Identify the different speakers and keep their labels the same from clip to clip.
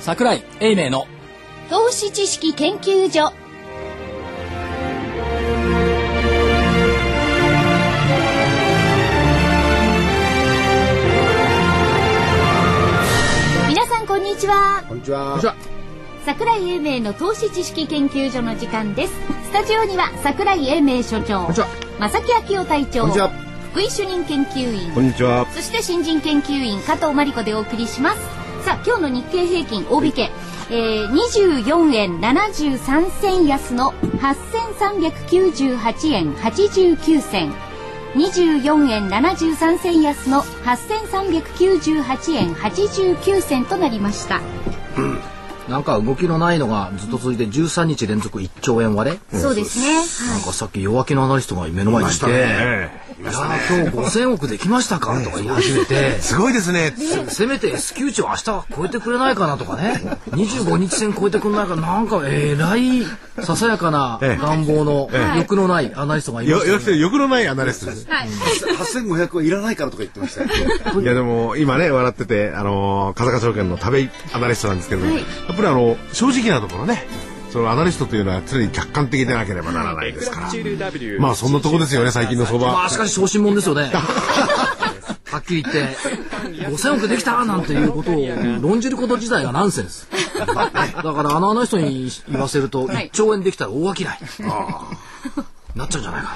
Speaker 1: 桜井英明の
Speaker 2: 投資知識研究所皆さんこんにちは
Speaker 3: こんにちは。
Speaker 2: 桜井英明の投資知識研究所の時間ですスタジオには桜井英明所長
Speaker 3: こんにちは
Speaker 2: 正木昭夫隊長
Speaker 3: こんにちは
Speaker 2: 福井主任研究員
Speaker 4: こんにちは。
Speaker 2: そして新人研究員加藤真理子でお送りします。さあ今日の日経平均大引け、えー、24円73銭安の8398円89銭。24円73銭安の8398円89銭となりました。
Speaker 3: なんか動きのないのがずっと続いて13日連続1兆円割れ、
Speaker 2: そうですね。
Speaker 3: なんかさっき弱気のアナリストが目の前にいて、
Speaker 4: ええ
Speaker 3: いやー今日5000億できましたかとか言い始めて、
Speaker 4: すごいですね。
Speaker 3: せめて S q 値を明日は超えてくれないかなとかね、25日線超えてくれないかな、なんかえらいささやかな
Speaker 4: ええ
Speaker 3: 願望の欲のないアナリストがいま
Speaker 4: よ、
Speaker 3: した
Speaker 4: よ
Speaker 3: よ
Speaker 4: くて、欲のないアナリストです。
Speaker 2: はい。
Speaker 5: 8500はいらないからとか言ってましたよ。
Speaker 4: いや、でも、今ね、笑ってて、あのー、風賀証券の食べアナリストなんですけど、やっぱりあの、正直なところね、そのアナリストというのは常に客観的でなければならないですから。まあ、そんなとこですよね、最近の相
Speaker 3: ま
Speaker 4: 場
Speaker 3: あ。しかし昇進者です よね。はっきり言って、5000億できたなんていうことを論じること自体がナンセンス。だからあのあの人に言わせると、
Speaker 2: はい
Speaker 3: 1兆円できたら大商い。なっちゃうんじゃないか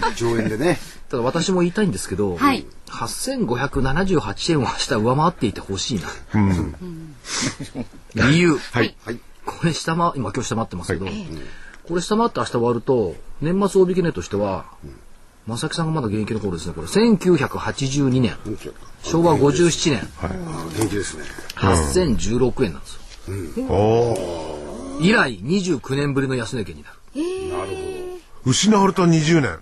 Speaker 3: な。
Speaker 5: 上円でね。
Speaker 3: ただ私も言いたいんですけど、
Speaker 2: はい
Speaker 3: 8578円を明日上回っていてほしいな。理由。
Speaker 4: はい。
Speaker 5: はい。
Speaker 3: これ下回、今今日下回ってますけど、これ下回って明日終わると、年末大引け値としては、正木さんがまだ現役の頃ですね、これ1982年、
Speaker 5: 元気だった
Speaker 3: 昭和57年、
Speaker 5: あ元気ですね。
Speaker 3: 8016円なんですよ。
Speaker 4: おお。
Speaker 3: 以来29年ぶりの安値圏になる。
Speaker 4: 失われた20年。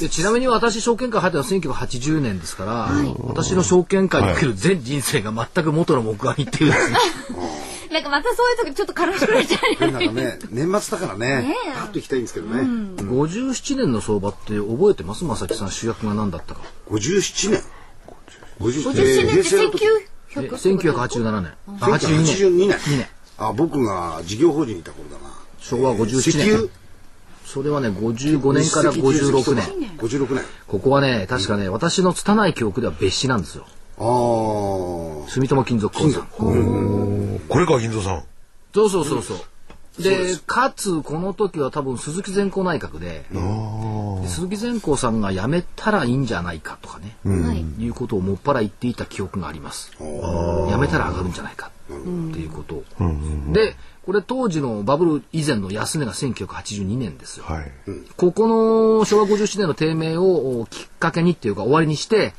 Speaker 3: でちなみに私証券会入ったのは1980年ですから、私の証券会における全人生が全く元の木阿弥っていうですね、
Speaker 2: なんかまたそういうとこちょっと軽くなっちゃう。
Speaker 5: なんかね、年末だからね、パッと行きたいんですけどね。
Speaker 3: 57年の相場って覚えてます正木さん主役が何だったか。
Speaker 5: 57年。57
Speaker 2: 私ね、
Speaker 3: え
Speaker 2: 1900。
Speaker 3: 1987年。あ82年。
Speaker 5: 82年。
Speaker 3: 二年
Speaker 5: あ、僕が事業法人にいた頃だな。
Speaker 3: 昭和57
Speaker 5: 石油
Speaker 3: 年。それはね、55年から56年。。
Speaker 5: 56年。
Speaker 3: ここはね、確かね、私の拙い記憶では別紙なんですよ。
Speaker 5: あー。
Speaker 3: 住友金属興産。
Speaker 4: これか、銀蔵さん。
Speaker 3: そうそうそうそう。で、かつ、この時は多分鈴木善光内閣で、で鈴木善光さんが辞めたらいいんじゃないかとかね、
Speaker 2: はい。
Speaker 3: いうことをもっぱら言っていた記憶があります。辞めたら上がるんじゃないかっていうことを。で、これ当時のバブル以前の安値が1982年ですよ。
Speaker 4: はい。
Speaker 3: ここの昭和57年の低迷をおきっかけにっていうか終わりにして、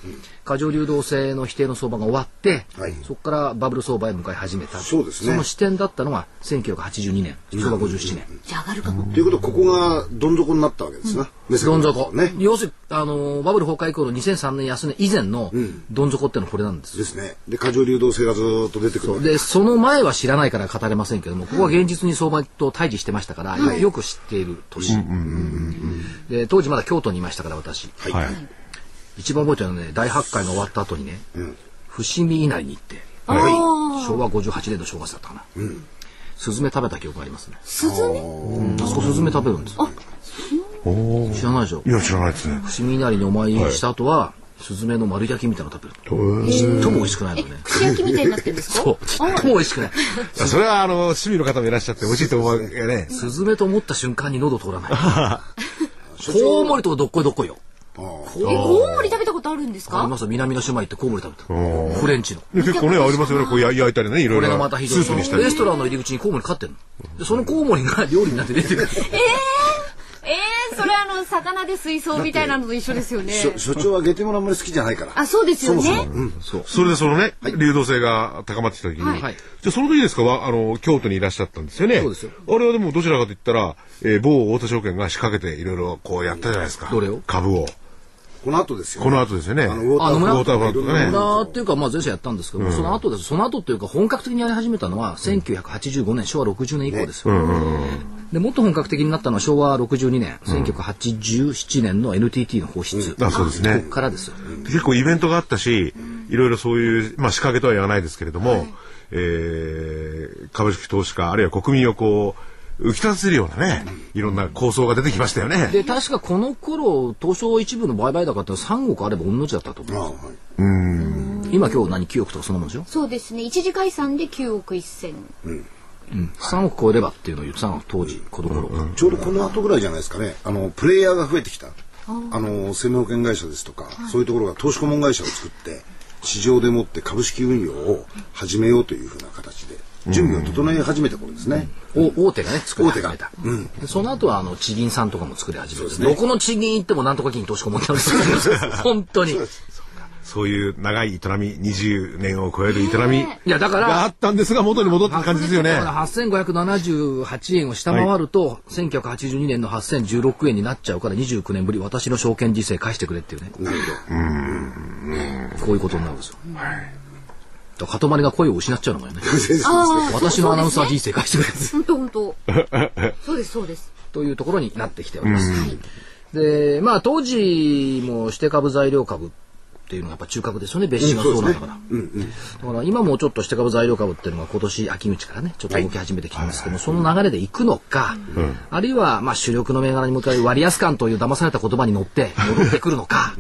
Speaker 3: 過剰流動性の否定の相場が終わって、
Speaker 5: はい
Speaker 3: そこからバブル相場へ向かい始めた。
Speaker 5: そうですね
Speaker 3: その視点だったのが1982年、昭和57年。
Speaker 2: じゃあ上がるかも。
Speaker 5: ということは、ここがどん底になったわけですな。目先
Speaker 3: ど
Speaker 5: の
Speaker 3: ん
Speaker 5: と
Speaker 3: 底
Speaker 5: こ。ね。
Speaker 3: 要するに、あのーバブル崩壊以降の2003年安値以前のどん底ってのはこれなんですよ。
Speaker 5: ですね。で、過剰流動性がずーっと出てくるわけ。
Speaker 3: で、その前は知らないから語れませんけども、ここは現実に相場と対峙してましたから、よく知っている年。で、当時まだ京都にいましたから、私。
Speaker 4: はい。
Speaker 3: 一番覚えてるのはね大発会が終わった後にね、伏見稲荷に行って
Speaker 2: ああ。
Speaker 3: 昭和58年の正月だったかな、スズメ食べた記憶がありますね
Speaker 2: スズメ
Speaker 3: あそこスズメ食べるんですよ
Speaker 4: おお。
Speaker 3: 知らないでしょ
Speaker 4: いや、知らないですね。
Speaker 3: 伏見稲荷にお参りした後は、スズメの丸焼きみたいなの食べるちっとも美味しくないのね
Speaker 2: 串焼きみたいになってるんですか
Speaker 3: そうちっとも美味しくない
Speaker 4: それは、あの、趣味の方もいらっしゃって、美味しいと思うけどね。
Speaker 3: スズメと思った瞬間に喉通 らないコウモリとかどっこいどっこいよ
Speaker 2: え、コウモリ食べたことあるんです
Speaker 3: あり
Speaker 2: か
Speaker 3: ま。すよ南の島行ってコウモリ食べたフレンチの
Speaker 4: で結構ね、ありますよね。こうや焼いたりね、いろい
Speaker 3: これ
Speaker 4: ろ
Speaker 3: がま
Speaker 4: な。
Speaker 3: た非常
Speaker 4: ス
Speaker 3: に
Speaker 4: ープにしたり
Speaker 3: レ。ストランの入り口にコウモリ飼ってんのでそのコウモリが料理になって出 てくる
Speaker 2: ええー、それあの魚で水槽みたいなのと一緒ですよね。
Speaker 5: 所所長はゲテモノあんまり好きじゃないから。
Speaker 2: あ、そうですよね。
Speaker 4: それでそのね、流動性が高まってきた時に、
Speaker 3: はい
Speaker 4: じゃあその時ですかわあの、京都にいらっしゃったんですよね。
Speaker 3: そうですよ
Speaker 4: あれはでもどちらかと言ったら、えー某大手証券が仕掛けていろいろこうやったじゃないですか。
Speaker 3: どれを
Speaker 4: 株を。
Speaker 5: この後ですよ。
Speaker 4: この後ですよね。
Speaker 5: あの、ウォーター
Speaker 3: あ野
Speaker 5: フ
Speaker 3: 村
Speaker 5: ロ
Speaker 4: ウォー
Speaker 5: ー
Speaker 4: ターフロントとかね。
Speaker 3: なっていうか、まあ、前者やったんですけど、その後ですその後っていうか本格的にやり始めたのは1985年昭和60年以降ですよ、でもっと本格的になったのは昭和62年1987年の NTT の放出、
Speaker 4: あそうですね
Speaker 3: ここからですよ
Speaker 4: 結構イベントがあったし、いろいろそういう、まあ、仕掛けとは言わないですけれども、えー株式投資家あるいは国民をこう浮き立たせるようなねいろんな構想が出てきましたよね。
Speaker 3: で、確かこの頃、東証一部の売買高って3億あれば同じだったと思う。
Speaker 5: はい
Speaker 3: 今今日何9億とかそんなもんでしょ
Speaker 6: そうですね一次解散で9億1000
Speaker 3: ?3 億超えればっていうのを言ってたの、当時、この頃。
Speaker 5: ちょうどこの後ぐらいじゃないですかね。あの、プレイヤーが増えてきた。あの、生命保険会社ですとか、そういうところが投資顧問会社を作って、市場でもって株式運用を始めようというふうな形で、準備を整え始めた頃ですね。
Speaker 3: お大手がね、作り
Speaker 5: 大手
Speaker 3: 始
Speaker 5: が
Speaker 3: めた。でその後は、あの、地銀さんとかも作り始めて、
Speaker 5: すね
Speaker 3: どこの地銀行ってもなんとか金投資込もったんですよ。本当に。
Speaker 4: そういう長い営み、20年を超える営み
Speaker 3: いや、だか
Speaker 4: があ
Speaker 3: ら、
Speaker 4: ったんですが、元に戻った感じですよね
Speaker 3: だ。から8578円を下回ると、1982年の8016円になっちゃうから29年ぶり私の証券人生返してくれっていうね
Speaker 5: なるほど。
Speaker 3: こういうことになるんですよ。だからかとまりが声を失っちゃうのも よね。
Speaker 6: ああ
Speaker 3: 私のアナウンサー
Speaker 6: 人
Speaker 3: 人生返してくれって。
Speaker 6: 本当本当そうですそうです
Speaker 3: というところになってきております。で、まあ当時も指定株材料株っていうのがやっぱ中核ですよね、別紙がそうなんだから。だから今もちょっと指定株材料株っていうのが今年秋口からね、ちょっと動き始めてきてますけど、その流れで行くのか、あるいはまあ主力の銘柄に向かう割安感という騙された言葉に乗って戻ってくるのか、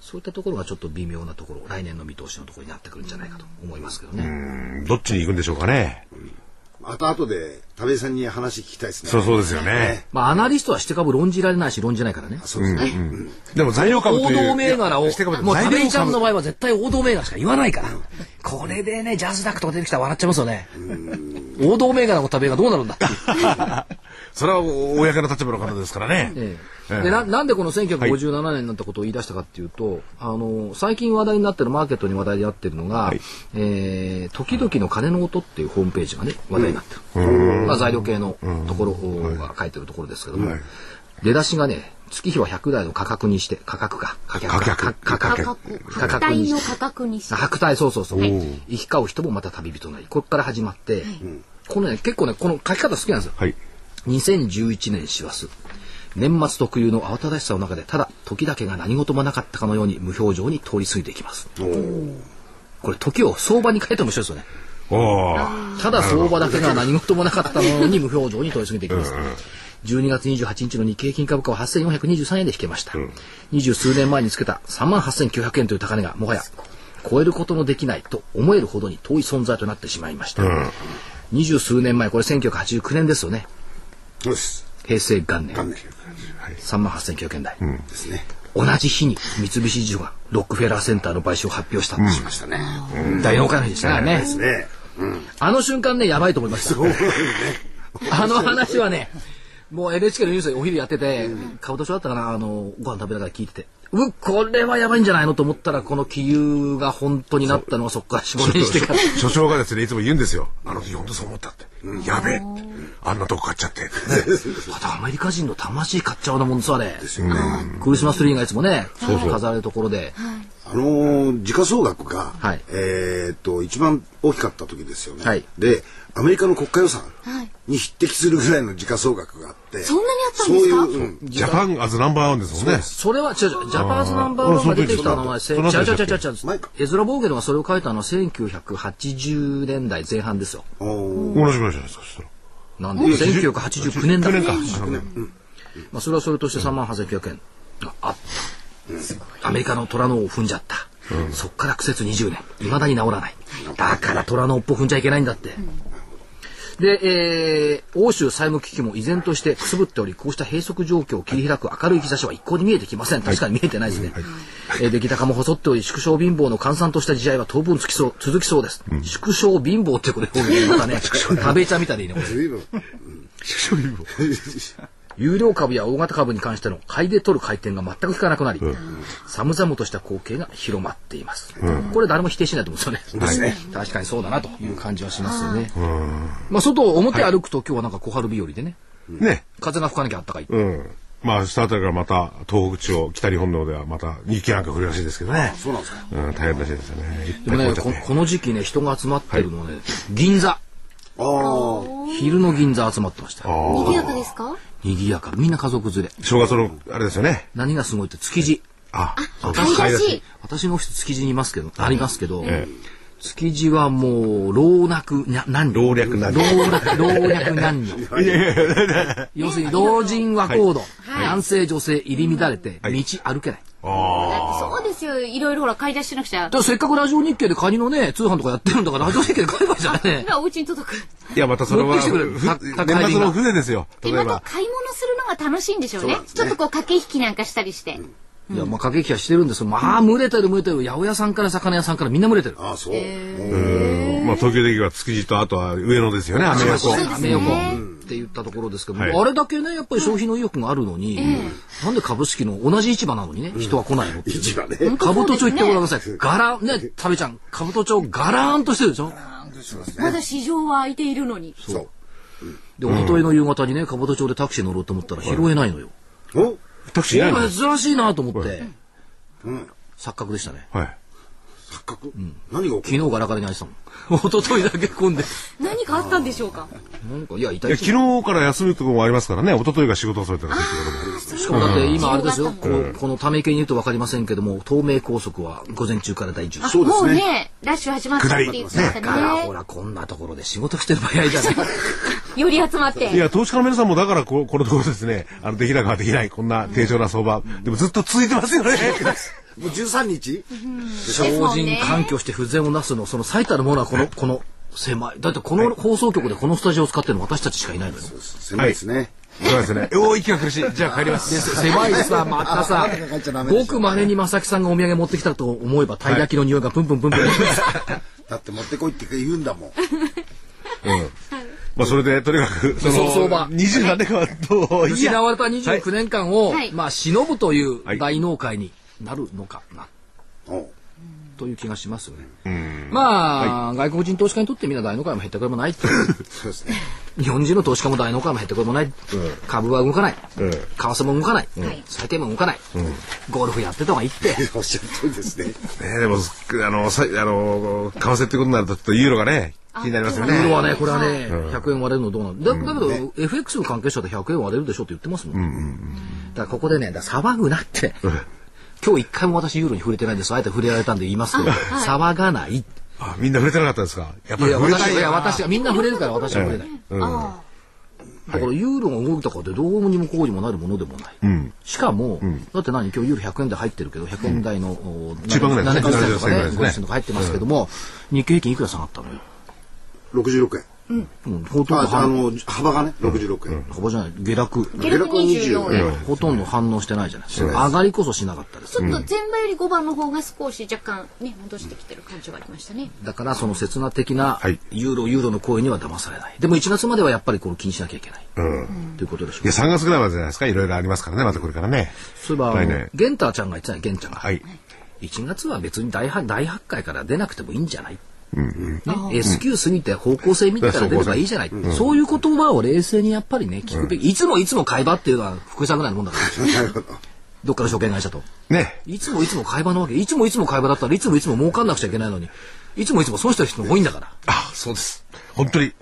Speaker 3: そういったところがちょっと微妙なところ、来年の見通しのところになってくるんじゃないかと思いますけどね。
Speaker 4: うんどっちに行くんでしょうかね。
Speaker 5: また後で、田部さんに話聞きたいですね。
Speaker 4: そうそうですよね。
Speaker 3: まあアナリストは指定株論じられないし論じないからね。
Speaker 5: そうですね。
Speaker 4: でも材料株と
Speaker 3: 王
Speaker 4: いう。
Speaker 3: 道銘柄を
Speaker 4: いやしてかぶっ、て
Speaker 3: もう
Speaker 4: 材
Speaker 3: 食べ
Speaker 4: 料株
Speaker 3: ちゃんの場合は絶対王道銘柄しか言わないから。これでね、ジャズダックとか出てきたら笑っちゃいますよね。王道銘柄の食べがどうなるんだっていう
Speaker 4: それは公の立場の方ですからね。
Speaker 3: え
Speaker 4: え
Speaker 3: え
Speaker 4: え
Speaker 3: でななんでこの1957年になったことを言い出したかっていうと、あの最近話題になってるマーケットに話題になってるのが「
Speaker 4: い
Speaker 3: えー時々の鐘の音」っていうホームページがね話題になってる、まあ、材料系のところが書いてるところですけども、出だしがね月日は100台の価格にして価格か価格か
Speaker 4: 価
Speaker 3: 価
Speaker 4: 格
Speaker 6: 価
Speaker 3: 格か
Speaker 6: 格価
Speaker 3: 価格
Speaker 6: 体
Speaker 3: にし
Speaker 6: の
Speaker 3: て
Speaker 6: 価格にして
Speaker 3: 白帯そうそうそう行き交う人もまた旅人なりここから始まって、このね結構ねこの書き方好きなんですよ、
Speaker 4: はい。
Speaker 3: 2011年師走年末特有の慌ただしさの中でただ時だけが何事もなかったかのように無表情に通り過ぎていきますこれ時を相場に変えても一緒ですよね
Speaker 4: おー
Speaker 3: ただ相場だけが何事もなかったのように無表情に通り過ぎていきます。12月28日の日経金株価は8423円で引けました。二十数年前につけた3万8900円という高値がもはや超えることのできないと思えるほどに遠い存在となってしまいました。二十数年前、これ1989年ですよね。
Speaker 5: そうです。
Speaker 3: 平成元年。
Speaker 5: 関連
Speaker 3: 3万8900円台。
Speaker 5: ですね。
Speaker 3: 同じ日に三菱地所がロックフェラーセンターの賠償を発表したんですよ
Speaker 5: ましたね。
Speaker 3: 第4回の日でしたね。
Speaker 5: ね。
Speaker 3: あの瞬間ね、やばいと思いました。あの話はね、もう NHK のニュースでお昼やってて、株としだったかな、あの、ご飯食べながら聞いてて。うん、これはやばいんじゃないのと思ったら、この気流が本当になったのはそこから
Speaker 4: ちょ
Speaker 3: 4、5
Speaker 4: っと
Speaker 3: 年してから。
Speaker 4: 所長がですね、いつも言うんですよ。あの時本当そう思ったって。やべえって。あんなとこ買っちゃって。ね
Speaker 3: またアメリカ人の魂買っちゃうなもんですわね。クリスマスツリーがいつもね、飾られるところで。
Speaker 5: あのー時価総額が、
Speaker 3: はい
Speaker 5: えーっと一番大きかった時ですよね、
Speaker 3: はい
Speaker 5: でアメリカの国家予算
Speaker 6: はい
Speaker 5: に匹敵するぐらいの時価総額があって
Speaker 6: そんなにあったんですか
Speaker 5: そういう、うん、
Speaker 4: ジャパンアズナンバーワンですもんね。
Speaker 3: それは、違う違う、ジャパンズナンバーワンが出てきたのは、
Speaker 4: あ
Speaker 3: 違
Speaker 4: そうう
Speaker 3: 違う
Speaker 4: そうそう
Speaker 3: 違う違う
Speaker 5: 前か
Speaker 3: 違う。エズラ・ボーゲルがそれを書いたのは1980年代前半ですよ。
Speaker 5: おー
Speaker 4: 同じぐらいじゃないですか、そした
Speaker 3: な
Speaker 4: ら。
Speaker 3: んで、1989年だ
Speaker 4: 9年か、8年。
Speaker 3: まあ、それはそれとして3万8900円があった、アメリカの虎の尾を踏んじゃった、そっから苦節20年いまだに治らないだから虎の尾っぽ踏んじゃいけないんだって、で、えー欧州債務危機も依然としてくすぶっておりこうした閉塞状況を切り開く明るい兆しは一向に見えてきません確かに見えてないですね、えー出来高も細っており縮小貧乏の閑散とした時代は当分つきそう続きそうです、縮小貧乏ってこれ表現また ね食べちゃみたいでいいねこれ
Speaker 5: 随分
Speaker 3: 有料株や大型株に関しての買いで取る回転が全く効かなくなり、寒々とした光景が広まっています、これ誰も否定しないと思うんですよね確かにそうだなという感じはしますよね、まあ、外を表歩くと今日はなんか小春日和でね
Speaker 4: ね。
Speaker 3: 風が吹かなきゃあったかい、
Speaker 4: うん。まあ、明日あたりからまた、東北地方、北日本の方ではまた、雪なんか降るらしいですけどね。
Speaker 5: そうなんですか
Speaker 4: うん、大変らしいですよね。いっ
Speaker 3: で
Speaker 4: ぱ
Speaker 3: も
Speaker 4: い凍
Speaker 3: ね
Speaker 4: っちゃっ
Speaker 3: こ
Speaker 4: て。
Speaker 3: この時期ね人が集まってるのね、銀座
Speaker 5: ああ
Speaker 3: 昼の銀座集まってましたよ
Speaker 6: 賑やかですか
Speaker 3: 賑やかみんな家族連れ
Speaker 4: 正月の、あれですよね。
Speaker 3: 何がすごいって築地、
Speaker 4: あ、
Speaker 6: 買い出し。
Speaker 3: 私のオフィス築地にいますけど、ありますけど、築地はもう、老若、な、何人
Speaker 4: 老若男女
Speaker 3: 老若、老若何人。要するに、老人和高度、男性女性入り乱れて、道歩けない。
Speaker 6: そうですよ。いろいろほら買い出ししなくちゃ
Speaker 3: だか。らせっかくラジオ日経でカニのね、通販とかやってるんだから、ラジオ日経で買えばいいじゃんね。
Speaker 6: 今お家に届く。
Speaker 4: いや、またそれ
Speaker 3: 持っ
Speaker 4: は、
Speaker 3: てきてくれる
Speaker 4: ふ
Speaker 3: 宅配
Speaker 4: 年末
Speaker 3: 便が
Speaker 4: の船ですよ。例
Speaker 6: で、
Speaker 4: え
Speaker 6: また
Speaker 4: ば。
Speaker 6: 買い物するのが楽しいんでしょうね。
Speaker 5: そうなんです
Speaker 6: ち
Speaker 5: ね
Speaker 6: ょっとこう駆け引きなんかしたりして。
Speaker 3: いや、まあ、駆け引きはしてるんですよ。まあ、群れてる群れてる。八百屋さんから魚屋さんからみんな群れてる。
Speaker 5: ああ、そう。
Speaker 4: まあ、東京で言えば築地と、あとは上野ですよね、アメ横。
Speaker 6: そうです
Speaker 3: 雨
Speaker 6: ね
Speaker 3: 横って言ったところですけど、
Speaker 4: はい
Speaker 3: あれだけね、やっぱり消費の意欲があるのに、なんで株式の同じ市場なのにね、人は来ないのっていう。
Speaker 5: 一番ね。
Speaker 3: 兜町行ってごらんなさい。ガラン、ね、食べちゃん、兜町ガラーンとしてるでしょ
Speaker 6: まだ市場は空いているのに。
Speaker 5: そ
Speaker 3: で、おとといの夕方にね、兜町でタクシー乗ろうと思ったら拾えないのよ。
Speaker 5: う。お
Speaker 4: タクシーいないの
Speaker 3: お珍しいなと思って、
Speaker 5: うん。
Speaker 3: 錯覚でしたね。
Speaker 4: はい。
Speaker 5: 錯覚何が起き
Speaker 3: 昨日ガラガラに開いてたもん。 おとといだけ混んで。
Speaker 6: 何かあったんでしょうか。
Speaker 3: なんか、いや、痛
Speaker 4: いや
Speaker 3: い。
Speaker 4: 昨日から休むところもありますからね、一昨日が仕事をされてたんですけども。
Speaker 3: しかもだって今あれですよ、
Speaker 6: うん
Speaker 3: このこのため池に言うと分かりませんけども、東名高速は午前中から大渋滞。
Speaker 5: そうですね
Speaker 6: もうね、ラッシュ始まったって言ってました
Speaker 3: だから
Speaker 6: ね
Speaker 3: ほ。ら、こんなところで仕事してる場合じゃない。
Speaker 6: より集まって。
Speaker 4: いや、投資家の皆さんもだからこ、このところですね、あの、できなくはできない、こんな低調な相場。でもずっと続いてますよね。
Speaker 5: もう13日
Speaker 6: です
Speaker 3: 法
Speaker 6: もん
Speaker 3: 人
Speaker 6: ね。
Speaker 3: 環境して不全をなすの、その最たるものはこの、この狭い。だってこの放送局でこのスタジオを使ってるの私たちしかいないのよ。
Speaker 5: 狭いですね。
Speaker 4: そうですね。おー、息が苦しい。じゃあ帰ります。
Speaker 3: 狭いさ、またさ
Speaker 5: あ帰っちゃダ、メでしょ
Speaker 3: ごくまれに正木さんがお土産持ってきたと思えば、たい焼きの匂いがプンプンプンプン。
Speaker 5: だって持ってこいって言うんだもん。
Speaker 4: まあ、それで、とにかく、そ
Speaker 3: そう相場
Speaker 4: の、27年間はどう、い
Speaker 3: 失
Speaker 4: や、
Speaker 3: われた29年間を
Speaker 6: はい、
Speaker 3: まあ、忍ぶという
Speaker 4: はい
Speaker 3: 大納会になるのかな、
Speaker 5: おう
Speaker 3: という気がしますよね。まあ、外国人投資家にとってみんな大納会も減ってこれもないっていう。
Speaker 5: そうですね。
Speaker 3: 日本人の投資家も大納会も減ってこれもない、株は動かない、
Speaker 4: ん
Speaker 3: 為替も動かない、最低も動かない、ゴルフやってた方がいいって
Speaker 5: おっしゃる通りです ね。
Speaker 4: ね、でも、あの、さいあの、為替ってことになると、ちょっとユーロがね、気になりますよね。
Speaker 3: ユーロはねこれはね、100円割れるのどうなのだだけど、FX の関係者で100円割れるでしょって言ってますもん,、だからここでねだから騒ぐなって今日一回も私ユーロに触れてないんですあえて触れられたんで言いますけど、騒がないい
Speaker 4: あ、みんな触れてなかったですかやっぱり
Speaker 3: や
Speaker 4: 触れた
Speaker 3: 私
Speaker 4: い
Speaker 3: いや
Speaker 4: よ。
Speaker 3: 私がみんな触れるから私は触れない、
Speaker 6: あ
Speaker 3: だからユーロが動いたからでどうにもこうにもなるものでもない、しかも、だって何今日ユーロ100円台入ってるけど100円台の、お
Speaker 4: 中盤ぐらいで
Speaker 3: 70
Speaker 4: すね
Speaker 3: 銭とかね
Speaker 4: 70銭ぐらいですね
Speaker 3: 50銭とか入ってますけども、日経平均いくら下がったのよ、
Speaker 5: 66円。
Speaker 3: うん、ほとんど
Speaker 5: あ、じゃああ
Speaker 3: 反応
Speaker 5: の、幅がね、66円。
Speaker 3: 幅じゃない下落
Speaker 6: あ。ゲルク24
Speaker 5: 24
Speaker 6: 円。
Speaker 3: ほとんど反応してないじゃないですか。上がりこそしなかったです。
Speaker 6: ちょっと前場より5番の方が少し若干ね戻してきてる感じがありましたね。
Speaker 3: だからその刹那的な
Speaker 4: はい
Speaker 3: ユーロ、ユーロの行為には騙されない。でも1月まではやっぱりこれ気にしなきゃいけない。
Speaker 4: うん。
Speaker 3: ということでしょ
Speaker 4: いうや、。3月ぐらいまでじゃないですか。いろいろありますからね、またこれからね。
Speaker 3: そういえば、あ
Speaker 4: 来
Speaker 3: の
Speaker 4: 年
Speaker 3: ゲンターちゃんが言ってたね、ゲンちゃんが。
Speaker 4: はい。
Speaker 3: 1月は別に大発大発会から出なくてもいいんじゃない、ね、S q 過ぎて方向性見てから出ればいいじゃない、そういう言葉を冷静にやっぱりね聞くべき、いつもいつも会話っていうのは福井さんぐらいのもんだから
Speaker 5: なるほど。
Speaker 3: どっかの証券会社と
Speaker 4: ね。
Speaker 3: いつもいつも会話なわけいつもいつも会話だったらいつもいつも儲かんなくちゃいけないのにいつもいつもそうしてる人も多いんだから
Speaker 4: あ、そうです。本当に。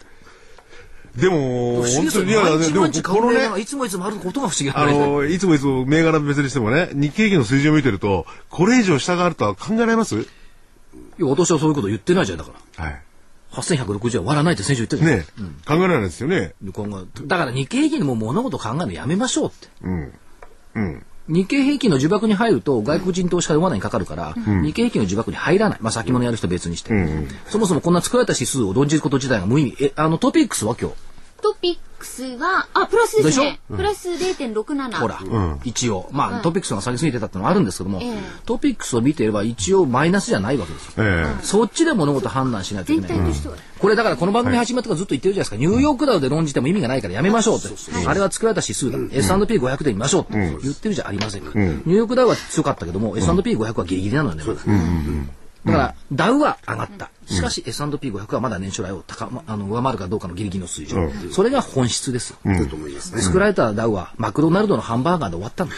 Speaker 4: でも、
Speaker 3: 不思議
Speaker 4: 本
Speaker 3: ですよ
Speaker 4: 当に、いや、
Speaker 3: 毎
Speaker 4: で
Speaker 3: 日
Speaker 4: も、
Speaker 3: 毎日
Speaker 4: こ
Speaker 3: 株
Speaker 4: の
Speaker 3: 銘柄が
Speaker 4: ね、
Speaker 3: いつもいつもあることが不思議な
Speaker 4: あ
Speaker 3: んだよ
Speaker 4: の、いつもいつも銘柄別にしてもね、日経平均の数字を見てると、これ以上下があるとは考えられます
Speaker 3: いや私はそういうこと言ってないじゃんだから
Speaker 4: はい。
Speaker 3: 8160は割らないって先週言ってたじゃん
Speaker 4: ね、考えられないですよね。
Speaker 3: 今後だから日経平均でもう物事考えるのやめましょうって
Speaker 4: うん。うん。
Speaker 3: 日経平均の呪縛に入ると外国人投資家の罠にかかるから、日経平均の呪縛に入らない、まあ、先物やる人別にして、そもそもこんな作られた指数を論じること自体が無意味えあのトピックスは今日
Speaker 6: トピックスはあプラスです
Speaker 3: でし
Speaker 6: ね。プラス0.67。
Speaker 3: ほら、一応まあ、トピックスが下げすぎてたってのはあるんですけども、
Speaker 6: ええ
Speaker 3: トピックスを見ていれば一応マイナスじゃないわけですよ、
Speaker 4: ええ
Speaker 3: そっちで物事判断しないとい
Speaker 6: 全
Speaker 3: けない
Speaker 6: 体、としては。
Speaker 3: これだからこの番組始まってからずっと言ってるじゃないですか、ニューヨークダウで論じても意味がないからやめましょうって、あれは作られた指数だ、S&P500 で見ましょうって言ってるじゃありませんか、ニューヨークダウは強かったけども、S&P500 はギリギリなのよね、だから、ダウは上がった。しかし、S&P500 はまだ年初来を高、ま、あの上回るかどうかのギリギリの水準。それが本質ですよ。
Speaker 5: だと思いますね。
Speaker 3: 作られたダウはマクドナルドのハンバーガーで終わったんだ。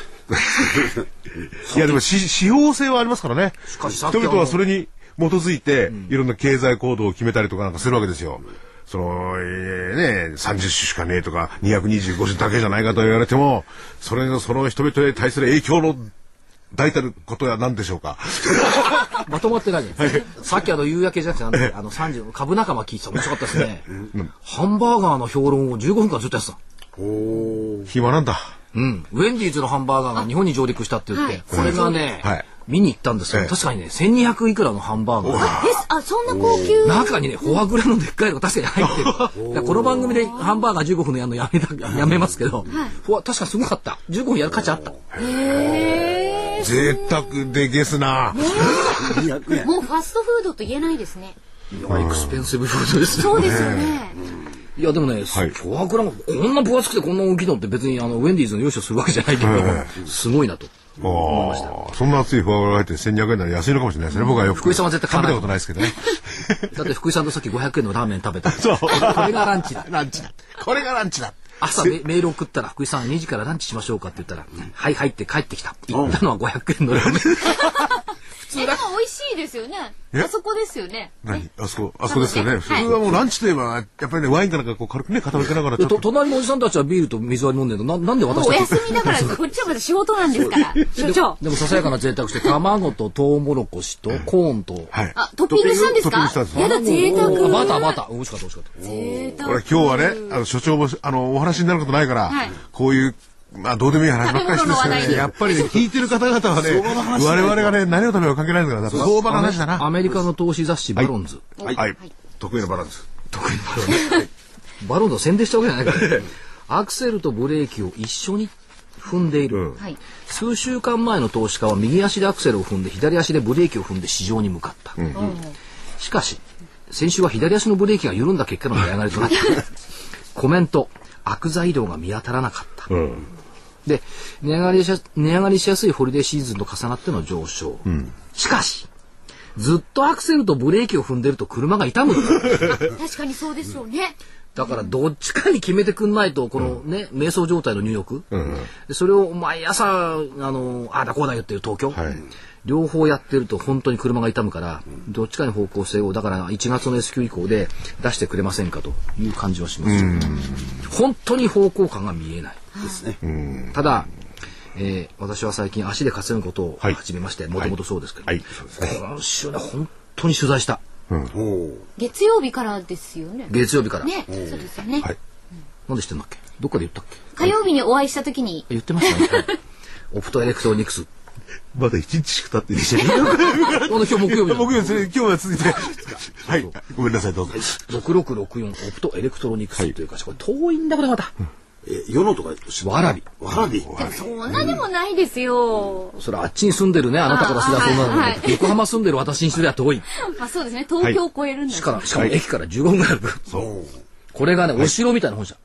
Speaker 4: いや、でも、し指標性はありますからね。
Speaker 3: しかしさっき
Speaker 4: 人々はそれに基づいて、いろんな経済行動を決めたりとかなんかするわけですよ。その、えーね、30種しかねえとか、225種だけじゃないかと言われても、それの、その人々に対する影響の抱いてることは何でしょうか
Speaker 3: まとまってないじゃないですか。さっきあの夕焼けじゃなくてなんだっけ、あの30、株仲間聞いてた面白かったですね。ハンバーガーの評論を15分間ずっとやってた。
Speaker 4: 暇なんだ。
Speaker 3: うん。ウェンディーズのハンバーガーが日本に上陸したって言って、これがね、
Speaker 4: はい
Speaker 3: 見に行ったんですよ、
Speaker 4: ええ
Speaker 3: 確かにね、1200いくらのハンバーガーが。
Speaker 6: えあそんな高級
Speaker 3: 中にね、フォアグラのでっかいのが確かに入ってる。だからこの番組でハンバーガー15分のやるのやめた、やめますけど、フォア、確かにすごかった。15分やる価値あった。
Speaker 6: へえ
Speaker 4: 贅沢でゲスな。
Speaker 5: 200円。
Speaker 6: もうファストフードと言えないですね
Speaker 3: まあ、エクスペンシブフードですね
Speaker 6: そうですよね
Speaker 3: いや、でもね、
Speaker 4: い
Speaker 3: フォアグラもこんな分厚くてこんな大きいのって別にあの、ウェンディーズの容赦するわけじゃないけど、すごいなと。
Speaker 4: ああ、そんな熱いフォアグラが入って1200円なら安いのかもしれないですね。僕はよく。
Speaker 3: 福井さんは絶対買
Speaker 4: 食
Speaker 3: わ
Speaker 4: べ
Speaker 3: な
Speaker 4: た
Speaker 3: い
Speaker 4: ことないですけどね。
Speaker 3: だって福井さんとさっき500円のラーメン食べた。そう。これがランチだ。
Speaker 4: ランチだ。これがランチだ。
Speaker 3: 朝メメール送ったら福井さん2時からランチしましょうかって言ったら、はいはいって帰ってきた。行ったのは500円のラーメン。
Speaker 2: えでも美味しいですよね。
Speaker 4: え
Speaker 2: あそこですよね。
Speaker 4: 何あそこ、あそこですよね。
Speaker 2: はい
Speaker 4: 普通はもうランチといえば、やっぱりね、ワインかなんかこう軽くね、傾けなが らちょっ
Speaker 3: と
Speaker 4: と。
Speaker 3: 隣のおじさんたちはビールと水割り飲んでるのななんで私
Speaker 2: もうお
Speaker 3: たち
Speaker 2: 休みだから、こっちはまだ仕事なんですから。所長。
Speaker 3: でもささやかな贅沢して卵とトウモロコシとコーンと
Speaker 4: はい。
Speaker 2: あ、トッピングしたんです
Speaker 4: トッピング
Speaker 2: か
Speaker 4: したんです
Speaker 2: やだ、贅沢。
Speaker 3: あバターバター美味しかった美味しかった
Speaker 2: 贅
Speaker 4: 俺
Speaker 2: 沢。
Speaker 4: 今日はね、あの所長もあのお話になることないから、
Speaker 2: はい
Speaker 4: こういう。まあどうでもいい話ばっかりしてるんです
Speaker 2: 食べ物の話
Speaker 4: けどね、やっぱりね、聞いてる方々はね、我々がね、何を食べようか関係ないんだから、相場の話だ
Speaker 3: ア
Speaker 4: な。
Speaker 3: メリカの投資雑誌バロンズ、
Speaker 4: はい。はい得意のバランス。
Speaker 3: バロンズの宣伝したわけじゃないからアクセルとブレーキを一緒に踏んでいる、
Speaker 6: はい
Speaker 3: 数週間前の投資家は右足でアクセルを踏んで左足でブレーキを踏んで市場に向かった、しかし先週は左足のブレーキが緩んだ結果の値上がりとなったコメント悪材料が見当たらなかった、で値上がりしや値上がりしやすいホリデーシーズンと重なっての上昇、しかしずっとアクセルとブレーキを踏んでると車が痛むんだ
Speaker 6: 確かにそうですよね
Speaker 3: だからどっちかに決めてくんないとこのね、瞑想状態の入浴、でそれを毎朝あのああだこうだ言ってる東京、
Speaker 4: はい
Speaker 3: 両方やってると本当に車が痛むから、どっちかに方向性をだから1月の S q 以降で出してくれませんかという感じはします、本当に方向感が見えない
Speaker 5: ですね。
Speaker 3: ただ、えー私は最近足で稼ぐことを
Speaker 4: はい
Speaker 3: 始めましてもともとそうですけど、
Speaker 4: はい。そうですね。
Speaker 3: 今週ね本当に取材した
Speaker 5: おお。
Speaker 6: 月曜日からですよね
Speaker 3: 月曜日から、
Speaker 6: ねそうですよね、
Speaker 4: はい
Speaker 3: なんで知ってんだっけどっかで言ったっけ
Speaker 6: 火曜日にお会いした時に
Speaker 3: 言ってました ねオプトエレクトロニク ス
Speaker 4: まだ一日しか経っていいじゃん。
Speaker 3: あの今日木曜日
Speaker 4: 僕
Speaker 3: の
Speaker 4: よりそれ今日は続いて。はい。ごめんなさい、どうぞ。
Speaker 3: 6664オプトエレクトロニクスというか、これ遠いんだからまた
Speaker 5: え、世のとか知ってる
Speaker 3: わらび
Speaker 5: わらび
Speaker 2: そんなでもないですよ。
Speaker 3: それあっちに住んでるねあなたからすりゃそうなの
Speaker 2: あは
Speaker 3: に
Speaker 2: い
Speaker 3: 横浜住んでる私にすりゃ遠い
Speaker 2: まあそうですね、東京を超えるんだ
Speaker 3: しからしかも駅から15分ぐらいあるこれがねお城みたいな本社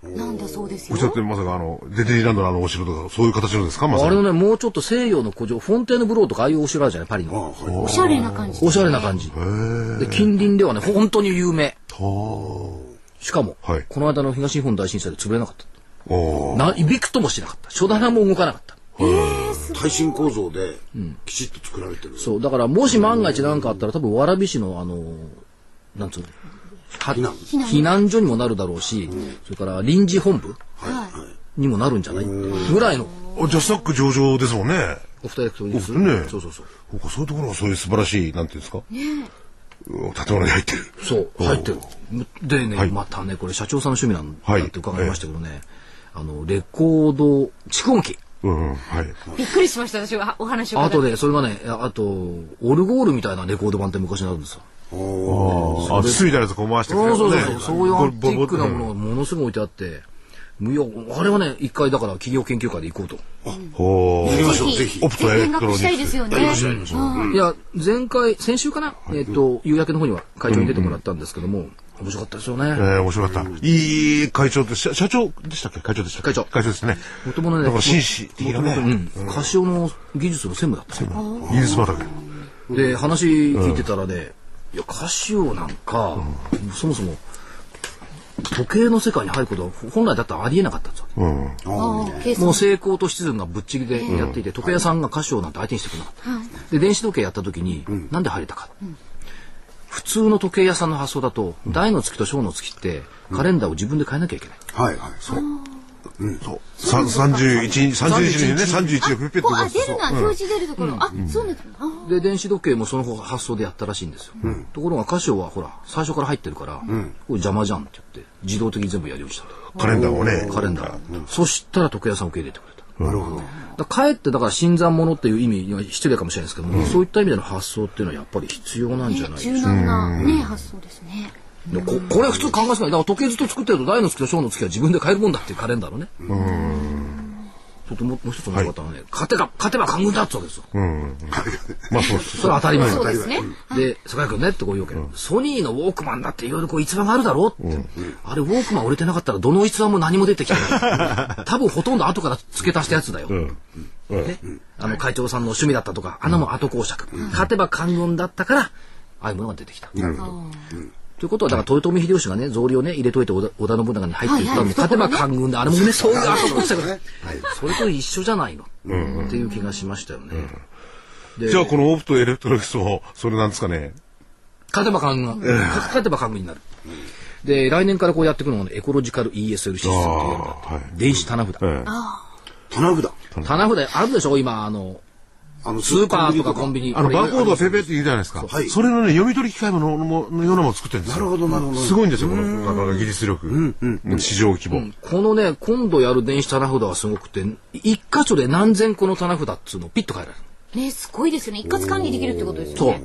Speaker 2: なんだそうです
Speaker 4: お
Speaker 2: よ
Speaker 4: っし。ゃってるまさか、あの、ディズニーランドのあのお城とか、そういう形のですかまさ
Speaker 3: あ
Speaker 4: に
Speaker 3: れのねもうちょっと西洋の古城フォンテーヌブローとかああいうお城あるじゃないパリの
Speaker 6: おしゃれな感じ
Speaker 3: おしゃれな感じで近隣ではね本当に有名しかも
Speaker 4: はい
Speaker 3: この間の東日本大震災で潰れなかった
Speaker 4: おー
Speaker 3: ないびくともしなかった書棚も動かなかった
Speaker 5: 耐震構造で、きちっと作られてる。
Speaker 3: そう、だからもし万が一何かあったら、多分蕨市のあの、なんつうの、は避
Speaker 5: 難
Speaker 3: 難所にもなるだろうし、それから臨時本部にもなるんじゃないぐらいの、
Speaker 4: あじゃあ、スタック上々ですもんね。
Speaker 3: オフトエレクトロニクス。
Speaker 4: ね
Speaker 3: そうそうそう。
Speaker 4: そうかそういうところがそういう素晴らしい、なんていうんですか。うん建物に入ってる。
Speaker 3: そう、入ってる。でね、
Speaker 4: はい
Speaker 3: またね、これ社長さんの趣味なん
Speaker 4: はい
Speaker 3: だって伺いましたけどね、あの、レコード、蓄音機。
Speaker 4: うん、うんはい。
Speaker 2: びっくりしました、私はお話を伺
Speaker 3: あ
Speaker 2: って。
Speaker 3: とね、それがね、あと、オルゴールみたいなレコード版って昔にあるんですよ。
Speaker 4: あ、筒みたいなやつこう回してくれ
Speaker 3: そう
Speaker 4: る
Speaker 3: そうそ
Speaker 4: ね
Speaker 3: う、そういうアンティックなものが
Speaker 4: ボ
Speaker 3: ものすごい置いてあって、無用、あれはね、一回だから企業研究会で行こうと。
Speaker 4: ボほー
Speaker 5: 行きましょう、ぜひ。
Speaker 4: オプトエレ
Speaker 6: 見
Speaker 4: ク
Speaker 6: 学
Speaker 4: トロニ
Speaker 6: したい
Speaker 4: ク
Speaker 6: です
Speaker 4: ス。
Speaker 6: よね
Speaker 3: いや前回先週かな、えっ、と夕焼けの方には会長に出てもらったんですけども、面白かったですよね、
Speaker 4: えー、面白かった。いい会長って、社社長でしたっけ会長でしたっけ
Speaker 3: 会長
Speaker 4: 会長ですね。
Speaker 3: もともとね
Speaker 4: だから紳士的なね。
Speaker 3: うん、カシオの技術の専務だったの
Speaker 4: イギリス畑。
Speaker 3: で話聞いてたらね、いやカシオなんか、そもそも時計の世界に入ることは本来だったらありえなかったんですよ
Speaker 4: うん。
Speaker 6: 計
Speaker 3: も
Speaker 6: 算
Speaker 3: う成功とシズンがぶっちぎりでやっていて、時計屋さんが歌手をなんて相手にしてくれなかった、で電子時計やった時に、なんで入れたか、普通の時計屋さんの発想だと、大の月と小の月ってカレンダーを自分で変えなきゃいけない、
Speaker 5: はいはい。そう。
Speaker 4: そう。さ31日、31日にね、31日をピュッピュッと
Speaker 6: こう、
Speaker 4: 動
Speaker 6: あ、
Speaker 4: か
Speaker 6: 出
Speaker 4: す
Speaker 6: る
Speaker 4: と。
Speaker 6: な、表示出るところ。あ、そうなんだ。あ
Speaker 3: で電子時計もその発想でやったらしいんですよ、ところがカシオはほら最初から入ってるから、これ邪魔じゃんって言って自動的に全部やるようにしたんだ
Speaker 4: カレンダーをね。
Speaker 3: カレンダー、そしたら時計屋さん受け入れてくれた
Speaker 5: なるほど。
Speaker 3: だかえってだから新参者っていう意味には失礼かもしれないですけども、そういった意味での発想っていうのはやっぱり必要なんじゃないでしょう
Speaker 6: 柔軟な、ね、発想ですね。
Speaker 3: かここれ普通考えつかないだから時計ずっと作ってると大の月と小の月は自分で変えるもんだっていうカレンダーのねちょっともうもう一つの方はね、勝てば勝てば官軍だってわけですよ、
Speaker 4: まあそうです。
Speaker 3: それは当たり前だ
Speaker 6: そうですね。
Speaker 3: で、坂井君ねってこう言うわけ、ソニーのウォークマンだっていろいろこう逸話があるだろうって、あれウォークマン売れてなかったらどの逸話も何も出てきてない。多分ほとんど後から付け足したやつだよ。ね、あの会長さんの趣味だったとか、穴も後講釈、勝てば官軍だったから、ああいうものが出てきた。
Speaker 5: なるほど。
Speaker 3: ということは、だから豊臣秀吉がね、草履をね、入れといて織田織田信長に入っていったのも、勝てば官軍だ、あれもね、そういう後講釈だね。それと一緒じゃないの、っていう気がしましたよね。
Speaker 4: じゃあこのオプトエレクトロニクスも、それなんですかね。
Speaker 3: 勝てば官軍、勝てば官軍になる。で、来年からこうやっていくのがね、エコロジカル ESL システムっていうのがあって
Speaker 4: あーはい
Speaker 3: 電子棚札。
Speaker 4: ええ
Speaker 5: 棚札。
Speaker 3: 棚札あるでしょ今、あの、
Speaker 5: あの、
Speaker 3: スーパーとかコンビニ。
Speaker 4: あの、バーコードはペ
Speaker 3: ペ
Speaker 4: ーペーって言うじゃないですか。
Speaker 5: はい
Speaker 4: それのね、読み取り機械ものものようなものを作ってるんです
Speaker 5: な
Speaker 4: よ。
Speaker 5: るほど、なるほど。
Speaker 4: すごいんですよ、この、なかなか技術力。うん市場規模。
Speaker 3: このね、今度やる電子棚札はすごくて、一箇所で何千個の棚札っつうのをピッと変えられる。
Speaker 6: ね、すごいですよね。一括管理できるってことですよ
Speaker 3: そう
Speaker 6: ね。。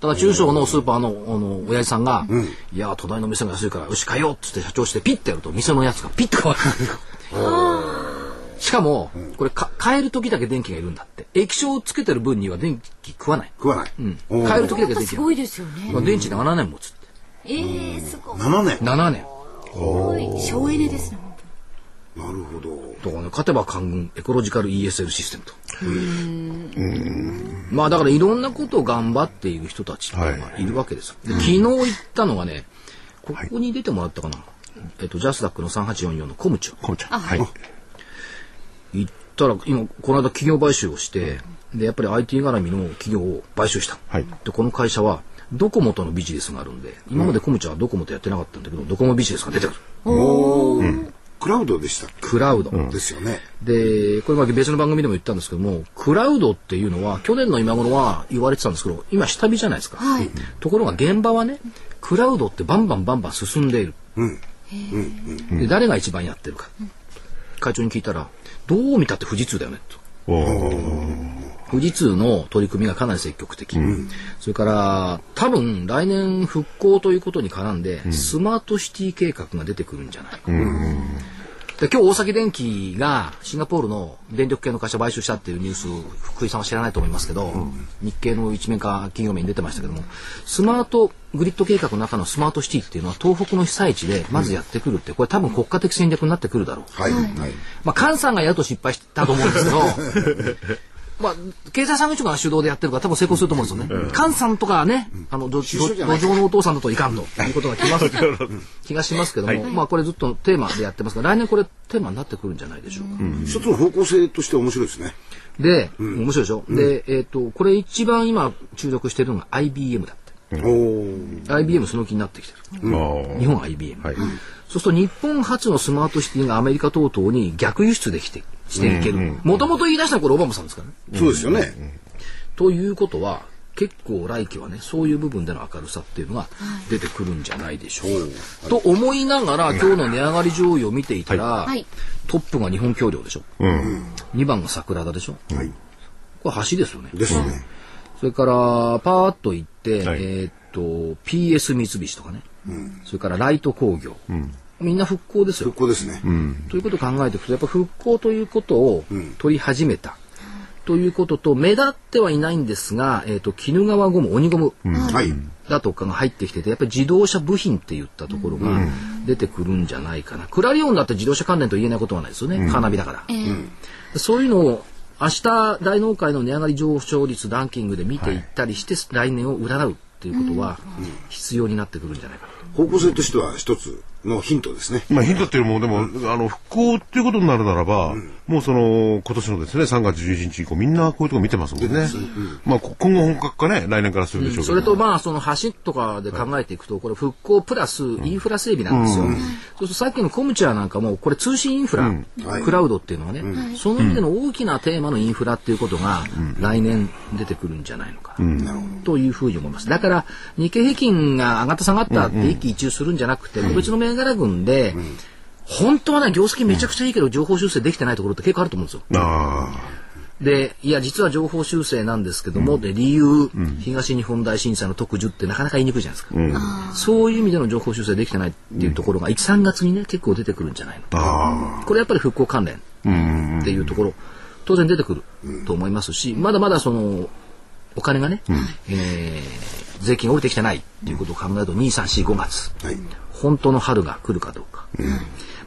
Speaker 3: だから中小のスーパーの、あの、親父さんが、いや、都内の店が安いから、よし、買いようっつって社長してピッてやると、店のやつがピッと変わる。しかも、これか、変える時だけ電気がいるんだって。液晶をつけてる分には電気食わない。
Speaker 5: 食わない。お
Speaker 3: 変える時だ
Speaker 6: 本当
Speaker 3: け電気
Speaker 6: す
Speaker 3: が
Speaker 6: ごいですよね。
Speaker 3: まあ電池7年持つって。
Speaker 6: ええ、すご
Speaker 5: 7年。
Speaker 3: 7年。
Speaker 6: い。省エネですね。
Speaker 5: なるほど。
Speaker 3: とかね、勝てば官軍、エコロジカル ESL システムと。まあだからいろんなことを頑張っている人たちっていうのがいるわけですよ。で昨日行ったのがね、ここに出てもらったかな。えっと、ジャスダックの3844のコムチュン。
Speaker 4: こうちゃん。はい。
Speaker 3: 行ったら、今、この間企業買収をして、で、やっぱり IT 絡みの企業を買収した。
Speaker 4: はい
Speaker 3: で、この会社は、ドコモとのビジネスがあるんで、今までコムチュンはドコモとやってなかったんだけど、ドコモビジネスが出てくる。
Speaker 5: クラウドでしたっ
Speaker 3: クラウド。
Speaker 5: けですよね。
Speaker 3: で、これまあ別の番組でも言ったんですけども、クラウドっていうのは、去年の今頃は言われてたんですけど、今下火じゃないですか。ところが現場はね、クラウドってバンバンバンバン進んでいる。で誰が一番やってるか。会長に聞いたら、どう見たって富士通だよね、と。富士通の取り組みがかなり積極的、それから多分来年復興ということに絡んで、スマートシティ計画が出てくるんじゃないか、で今日大崎電機がシンガポールの電力系の会社買収したっていうニュースを福井さんは知らないと思いますけど、日系の一面か企業面に出てましたけどもスマートグリッド計画の中のスマートシティっていうのは東北の被災地でまずやってくるってこれ多分国家的戦略になってくるだろう、
Speaker 5: はい。はい。
Speaker 3: まあ、菅さんがやると失敗したと思うんですけど、 まあ、経済産業省が主導でやってるから多分成功すると思うんですよね。菅さんとかはね、あの、どど土壌のお父さんだといかんということが気がす気がしますけども、まあこれずっとテーマでやってますから、来年これテーマになってくるんじゃないでしょうか。
Speaker 5: 一つの方向性として面白いですね。
Speaker 3: で、面白いでしょ、で、えっ、と、これ一番今注力してるのが IBM だって。
Speaker 5: おー
Speaker 3: IBM その気になってきてる。日本 IBM、そうすると日本初のスマートシティがアメリカ等々に逆輸出できてしていけるもともと言い出したのはこれオバマさんですからね。
Speaker 5: そうですよね。
Speaker 3: ということは結構来期はねそういう部分での明るさっていうのが出てくるんじゃないでしょうか、と思いながら今日の値上がり上位を見ていたら、
Speaker 6: い
Speaker 3: トップが日本橋梁でしょ、2番が桜田でしょ、
Speaker 5: はい。
Speaker 3: これ橋ですよね
Speaker 5: ですね。
Speaker 3: それからパーッといって、
Speaker 4: はい
Speaker 3: えーっと PS 三菱とかね、それからライト工業、みんな復興ですよ
Speaker 5: ここですね。
Speaker 3: ということを考えていくとやっぱ復興ということを取り始めた、ということと目立ってはいないんですが、えー、と鬼怒川ゴム鬼ゴム
Speaker 5: はい。
Speaker 3: だとかが入ってきててやっぱり自動車部品って言ったところが出てくるんじゃないかな、クラリオンだって自動車関連と言えないことはないですよね、カーナビだから、そういうのを明日大納会の値上がり上昇率ランキングで見ていったりして、来年を占うっていうことは必要になってくるんじゃないかな
Speaker 5: 方向性としては一つのヒントですね。
Speaker 4: まあヒントっていうのも、でも、あの、復興っていうことになるならば、もうその、今年のですね、3月11日以降、みんなこういうとこ見てますもんね。まあ、こ今後本格化ね、来年からするでしょうけ
Speaker 3: そ
Speaker 4: ど。
Speaker 3: れとまあその橋とかで考えていくとこれ復興プラスインフラ整備なんですよ、そうするとさっきのコムチャーなんかもこれ通信インフラ、クラウドっていうのはね、その意味での大きなテーマのインフラっていうことが来年出てくるんじゃないのか、というふうに思いますだから日経平均が上がった下がったって一喜一憂するんじゃなくて個別の銘柄群で本当はね業績めちゃくちゃいいけど情報修正できてないところって結構あると思うんですよ
Speaker 4: あ
Speaker 3: で、いや、実は情報修正なんですけども、で、理由、東日本大震災の特需ってなかなか言いにくいじゃないですか。そういう意味での情報修正できてないっていうところが、1、3月にね、結構出てくるんじゃないの
Speaker 4: あ。ああ。
Speaker 3: これやっぱり復興関連っていうところ、当然出てくると思いますし、まだまだその、お金がね、えー税金が降りてきてないっていうことを考えると、2、3、4、5月、
Speaker 5: はい。
Speaker 3: 本当の春が来るかどうか。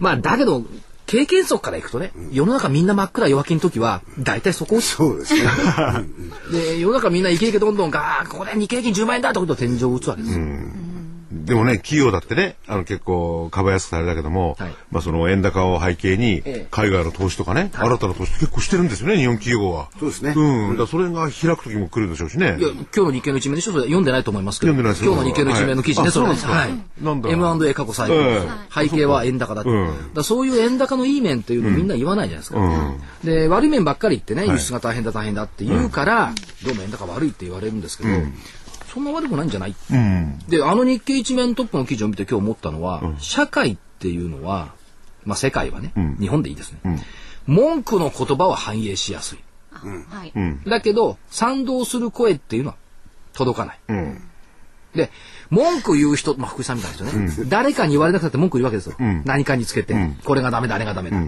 Speaker 3: まあ、だけど、経験則からいくとね、世の中みんな真っ暗弱気の時は、大体そこを
Speaker 5: そうですね。
Speaker 3: で世の中みんなイケイケどんどんがここで日経平均10万円だってことで天井を打つわけです、
Speaker 4: でもね、企業だってね、あの結構株安くされたけども、
Speaker 3: はい
Speaker 4: まあその円高を背景に
Speaker 3: ええ
Speaker 4: 海外の投資とかね、新たな投資結構してるんですよね、日本企業は。
Speaker 5: そうですね
Speaker 4: うん、だからそれが開く時も来るでしょうしね。
Speaker 3: いや今日の日経の一面でしょそれ読んでないと思いますけど
Speaker 4: 読んでないですよ
Speaker 3: 今日の日経の一面の記事ね、
Speaker 4: はいあ
Speaker 3: それ
Speaker 4: そうなんですか
Speaker 3: はい
Speaker 4: なんだ
Speaker 3: M&A 過去最高、
Speaker 4: え
Speaker 3: 背景は円高だって、
Speaker 4: うん
Speaker 3: だからそういう円高のいい面っていうのみんな言わないじゃないですか、
Speaker 4: うん
Speaker 3: で悪い面ばっかり言ってね輸出が大変だ大変だって言うから、どうも円高悪いって言われるんですけど、そんな悪くないんじゃない
Speaker 4: うん。
Speaker 3: であの日経一面トップの記事を見て今日思ったのは、社会っていうのは、まあ、世界はね、日本でいいですね、文句の言葉は反映しやすい
Speaker 2: はい。
Speaker 3: だけど賛同する声っていうのは届かない、
Speaker 4: ん
Speaker 3: で文句言う人、まあ、福井さんみたいな人ね、誰かに言われなくたって文句言うわけですよ、何かにつけて、これがダメだあれがダメだ、だ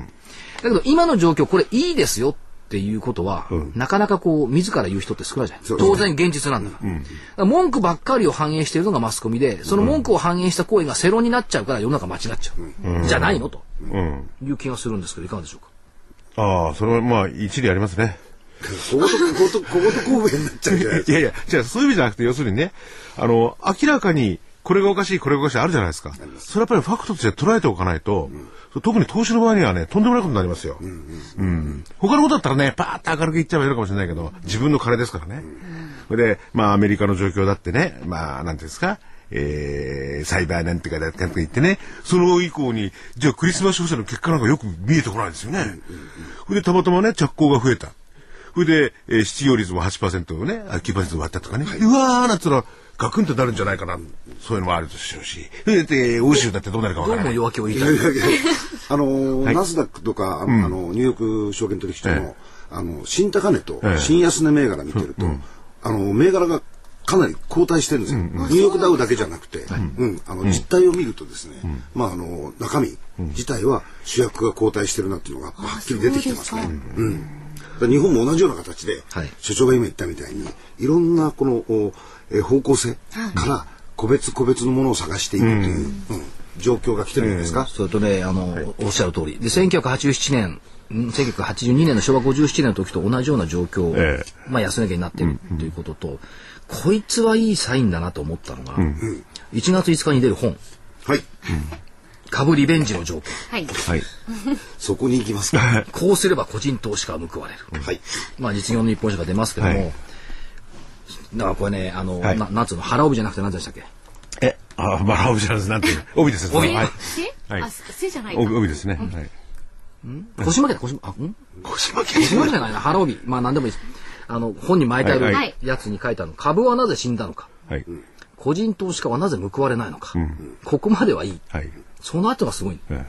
Speaker 3: けど今の状況これいいですよっていうことは、なかなかこう自ら言う人って少ないじゃない
Speaker 5: そう
Speaker 3: 当然現実なんだから,、文句ばっかりを反映しているのがマスコミでその文句を反映した行為が世論になっちゃうから世の中間違っちゃう、じゃないのと
Speaker 4: うん。
Speaker 3: いう気がするんですけどいかがでしょうか
Speaker 4: ああ、それはまあ一理ありますね。
Speaker 5: ここと、ここと、ここと神戸になっちゃうじゃないです か。
Speaker 4: いやいや、じゃあそういう意味じゃなくて、要するにね、あの、明らかに、これがおかしい、これがおかしい、あるじゃないですか。それはやっぱりファクトとして捉えておかないと、特に投資の場合にはね、とんでもないことになりますよ。うん他のことだったらね、パーッと明るく言っちゃえばいいのかもしれないけど、自分の金ですからね。それで、まあ、アメリカの状況だってね、まあ、なんていうんですか、えー、サイバーなんてかだってか言ってね、その以降に、じゃあクリスマス商社の結果なんかよく見えてこないですよね。それで、たまたまね、着工が増えた。それで、えー、失業率も8%をね、あ9%割ったとかね、うわーなんつったら、ガクンとなるんじゃないかな、そういうのもあるでしょうし、それで、欧州だってどうなるかわ
Speaker 3: どう
Speaker 4: からな
Speaker 3: も
Speaker 4: い。
Speaker 3: 弱気を言いたい
Speaker 5: あのーナスダックとか、あの、あのニューヨーク証券取引所の、
Speaker 4: え
Speaker 5: あの、新高値と
Speaker 4: ええ
Speaker 5: 新安値銘柄見てると、あの、銘柄がかなり後退してるんですよ。ニューヨークダウだけじゃなくて、うん、あの、実態を見るとですね、まあ、あの、中身自体は主役が後退してるなっていうのが、はっきり出てきてますね。うん。だから日本も同じような形で、
Speaker 3: はい
Speaker 5: 所長が今言ったみたいにいろんなこのおえー方向性から個別個別のものを探していくという、うん状況が来てるんですか、
Speaker 3: それとね、あの、おっしゃる通り。で、1987年、ん1982年の昭和57年の時と同じような状況、
Speaker 4: ええ
Speaker 3: まあ安値になってるということと、こいつはいいサインだなと思ったのが、1月5日に出る本、
Speaker 5: はい
Speaker 3: 株リベンジの条件。
Speaker 2: はい。
Speaker 4: はい。
Speaker 5: そこに行きますかは
Speaker 3: こうすれば個人投資家は報われる。
Speaker 5: い
Speaker 3: まあ実業の日本社が出ますけども、
Speaker 4: はい
Speaker 3: だからこれね、あの、
Speaker 4: はい
Speaker 3: ななんつうの、腹帯じゃなくて何でしたっけ
Speaker 4: え、あ、バラオブじゃないです。なんていうの帯ですね。
Speaker 3: 帯
Speaker 4: はい。
Speaker 2: せ
Speaker 4: はい
Speaker 2: あ、せじゃないか。
Speaker 4: 帯帯ですね。はい。
Speaker 3: 腰巻きだ、腰巻き、あ、ん腰巻き腰巻きじゃないな、腹帯。まあ何でもいいです。あの、本に巻いてあ
Speaker 4: はい
Speaker 3: る
Speaker 4: はい
Speaker 3: やつに書いてあるの、株はなぜ死んだのか。
Speaker 4: はい。
Speaker 3: 個人投資家はなぜ報われないのか、ここまではいい
Speaker 4: はい。
Speaker 3: その後がすごい、
Speaker 4: え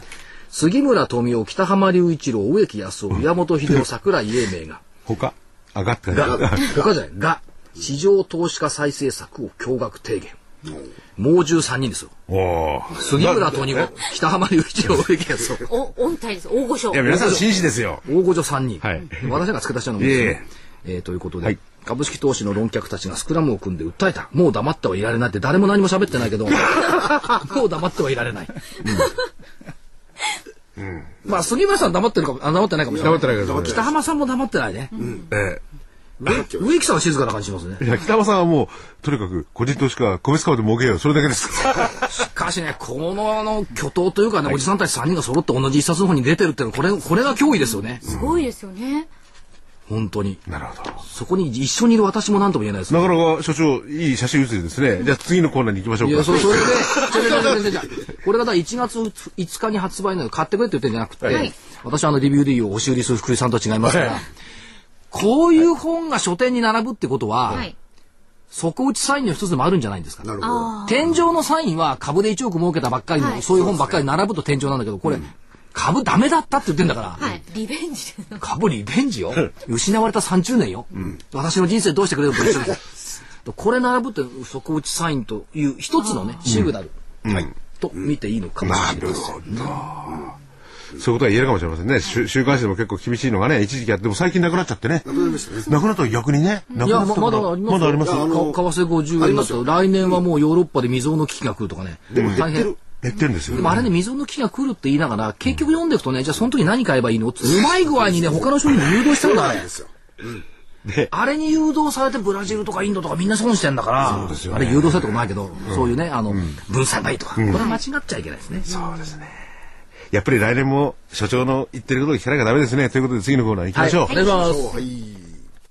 Speaker 3: 杉村富夫北浜隆一郎植木康夫岩本秀夫桜井英明が
Speaker 4: 他上がってない。
Speaker 3: が他じゃないが市場投資家再生策を驚愕提言猛獣3人ですよ
Speaker 4: おー
Speaker 3: 杉村富夫北浜隆一郎植木康夫
Speaker 2: お、音体です。大御所。
Speaker 4: いや、皆さん紳士ですよ。
Speaker 3: 大御所3人、
Speaker 4: はい
Speaker 3: 私らが付け出したのもですね、えーということで、
Speaker 4: はい
Speaker 3: 株式投資の論客たちがスクラムを組んで訴えたもう黙ってはいられないって誰も何も喋ってないけど もう黙ってはいられない、まあ杉村さん黙ってるかもあ黙ってないかもしれな
Speaker 4: 黙
Speaker 3: い
Speaker 4: ってないけど。
Speaker 3: 北浜さんも黙ってないね、
Speaker 4: え
Speaker 5: はい
Speaker 3: 植木さんは静かな感じしますね
Speaker 4: い。や、北山さんはもう、とにかく、個人投資家、個別株で儲けよう。それだけですから。
Speaker 3: しかしね、このあの巨頭というかね、おじさんたち3人が揃って同じ一冊の方に出てるっていうのは、これ、これが脅威ですよね。
Speaker 2: すごいですよね。
Speaker 3: 本当に。
Speaker 4: なるほど。
Speaker 3: そこに一緒にいる私も何とも言えないです。
Speaker 4: なかなか所長、いい写真写りですね。じゃあ次のコーナーに行きましょ
Speaker 3: いうや、
Speaker 4: か。
Speaker 3: そそれで、それでそれで、これがだから1月5日に発売なので買ってくれって言ってんじゃなくて、
Speaker 4: はい
Speaker 3: 私はあのレビューで言う押し売りする福井さんとは違いますから、こういう本が書店に並ぶってことは、
Speaker 2: はい。
Speaker 3: 底打ちサインの一つでもあるんじゃないんですか。
Speaker 5: なるほど。
Speaker 3: 天井のサインは株で1億儲けたばっかりの、
Speaker 2: はい
Speaker 3: そういう本ばっかり並ぶと天井なんだけど、これ、株ダメだったって言ってんだから、
Speaker 2: はい。リベンジ。
Speaker 3: 株リベンジよ。失われた30年よ。私の人生どうしてくれると一緒です。これ並ぶって底打ちサインという一つのね、シグナルと見ていいのかもしれな。
Speaker 4: ないるほど。そういうことは言えるかもしれませんね。週週刊誌でも結構厳しいのがね、一時期あって、でも最近なくなっちゃってね。なくなったら逆にね。なく
Speaker 3: いや
Speaker 4: な
Speaker 3: ま
Speaker 4: った
Speaker 3: まだありますよ
Speaker 4: まだあります
Speaker 3: か為
Speaker 5: の
Speaker 3: 替50円だと来年はもうヨーロッパで未曾有の危機が来るとかね大変
Speaker 4: 減ってるんですよ。
Speaker 3: でもあれね未曾有の危機が来るって言いながら結局読んでいくとねじゃあその時何買えばいいのってうまい具合にね他の人にも誘導したんだね
Speaker 5: ですよ。
Speaker 3: あれに誘導されてブラジルとかインドとかみんな損してんだから、
Speaker 4: すよ
Speaker 3: あ
Speaker 4: ね
Speaker 3: れ誘導されたことないけど、そういうね、あの、分散倍とか、これ間違っちゃいけないですね。
Speaker 4: そうですね。やっぱり来年も所長の言ってることを聞かなきゃダメですね。ということで次のコーナー行きましょう。
Speaker 3: お願いします。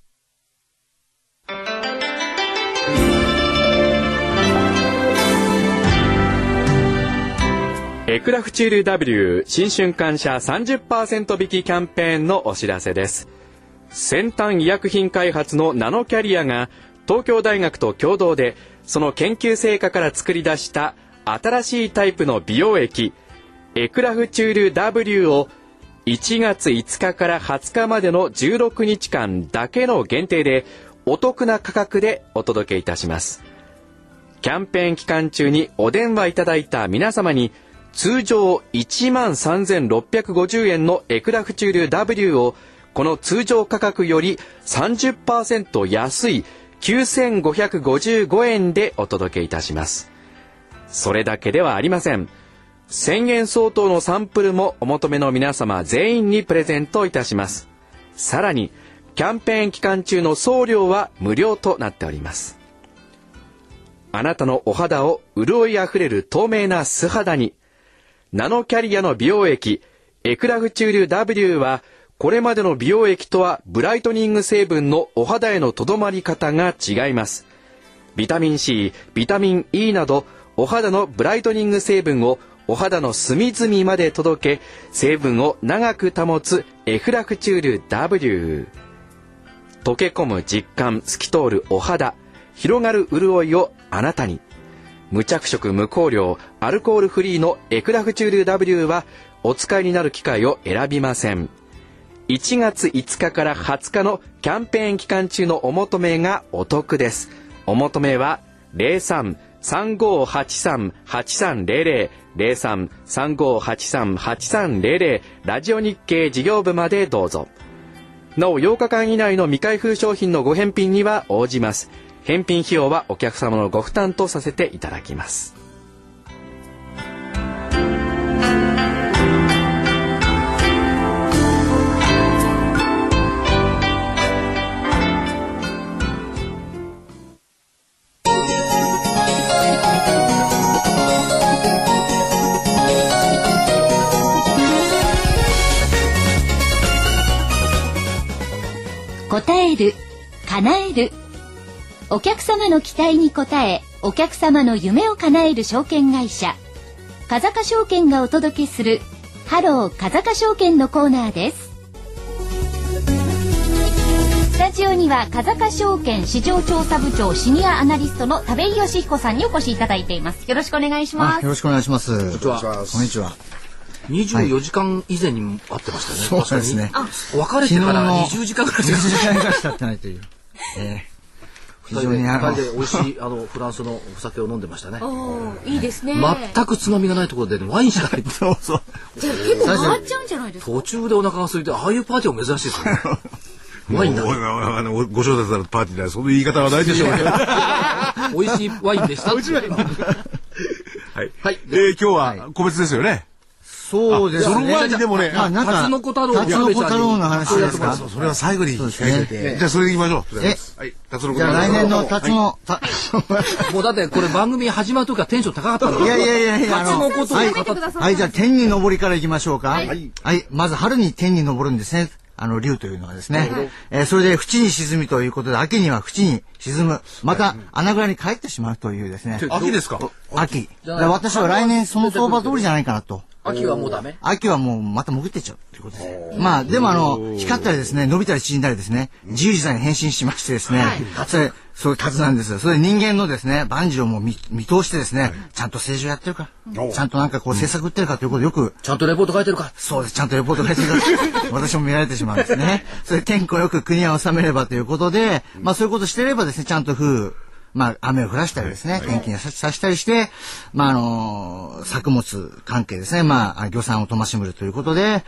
Speaker 7: エクラフチュール W 新春感謝30%引きキャンペーンのお知らせです。先端医薬品開発のナノキャリアが東京大学と共同でその研究成果から作り出した新しいタイプの美容液エクラフチュール W を1月5日から20日までの16日間だけの限定でお得な価格でお届けいたします。キャンペーン期間中にお電話いただいた皆様に、通常13,650円のエクラフチュール W を、この通常価格より30%安い9,555円でお届けいたします。それだけではありません。1000円相当のサンプルもお求めの皆様全員にプレゼントいたします。さらに、キャンペーン期間中の送料は無料となっております。あなたのお肌を潤いあふれる透明な素肌に。ナノキャリアの美容液、エクラフチュール W は、これまでの美容液とはブライトニング成分のお肌へのとどまり方が違います。ビタミン C、ビタミン E など、お肌のブライトニング成分をお肌の隅々まで届け、成分を長く保つエクラフチュール W。溶け込む実感、透き通るお肌、広がる潤いをあなたに。無着色無香料、アルコールフリーのエクラフチュール W はお使いになる機会を選びません。1月5日から20日のキャンペーン期間中のお求めがお得です。お求めは03-3583-8300、03-3583-8300、ラジオ日経事業部までどうぞ。なお、8日間以内の未開封商品のご返品には応じます。返品費用はお客様のご負担とさせていただきます。
Speaker 6: 答える、叶える。お客様の期待に応え、お客様の夢を叶える証券会社、風賀証券がお届けする、ハロー風賀証券のコーナーです。スタジオには風賀証券市場調査部長シニアアナリストの田部井義彦さんにお越しいただいています。よろしくお願いしま
Speaker 8: あ
Speaker 6: す
Speaker 8: よ。ろしくお願いします。こんに
Speaker 3: ちは
Speaker 8: ちは。
Speaker 3: 24時間以前にも会ってましたね。
Speaker 8: そうですね
Speaker 3: 確かに。別れてから20時間ぐらい
Speaker 8: 20
Speaker 3: です
Speaker 8: 時
Speaker 3: ね。
Speaker 8: 間が経ってないという。ええ非常にあ
Speaker 3: 2
Speaker 8: の
Speaker 3: 人で美味しいあのフランスのお酒を飲んでましたね。
Speaker 2: おーいいですね。
Speaker 3: 全くつまみがないところでね、ワインしか入って
Speaker 8: そうそう。
Speaker 2: じゃあ結構回っちゃうんじゃないですか。
Speaker 3: 途中でお腹が空いて、ああいうパーティーも珍しいですよね。ワインだ
Speaker 4: おいおいおいあのご招待されたパーティーだ。その言い方はないでしょ うね。
Speaker 3: 美味しいワインでした。
Speaker 4: はい。
Speaker 3: はい
Speaker 4: えー今日は個別ですよね。
Speaker 8: そうですね。
Speaker 4: その前にでもね
Speaker 8: あ、なんか、
Speaker 3: タツノコ太郎
Speaker 8: タツノコ太郎の話ですか。
Speaker 4: それは最後に
Speaker 8: そうですね
Speaker 4: じゃあそれでいきましょう。
Speaker 8: え
Speaker 4: はい。達郎
Speaker 8: じゃあ来年のタツ
Speaker 4: は
Speaker 8: ノ、た
Speaker 3: もうだってこれ番組始まる時からテンション高かったの
Speaker 8: いやいやいやいや、あ
Speaker 3: 夏のことを語って
Speaker 8: はい、はい、じゃあ天に昇りからいきましょうか。はい。まず春に天に昇るんですね。あの、竜というのはですね。えーそれで、淵に沈みということで、秋には淵に沈む。また、穴蔵に帰ってしまうというですね。
Speaker 4: い秋ですか
Speaker 8: 秋。だから私は来年その相場通りじゃないかなと。
Speaker 3: 秋はもうダメ
Speaker 8: 秋はもうまた潜ってっちゃうということですね。まあ、でもあの、光ったりですね、伸びたり縮んだりですね、自由自在に変身しましてですね、それ、そういう達なんですよ。それで人間のですね、万事をもう見見通してですね、ちゃんと政治をやってるか、ちゃんとなんかこう政策打ってるかということをよく、
Speaker 3: ちゃんとレポート書いてるか
Speaker 8: そうです、ちゃんとレポート書いてるから、私も見られてしまうんです ね。それで天候よく国は治めればということで、まあそういうことしてればですね、ちゃんと風雨、まあ、雨を降らしたりですね、天気にささしたりして、まあ、あの、作物関係ですね、まあ、漁産をとましむるということで、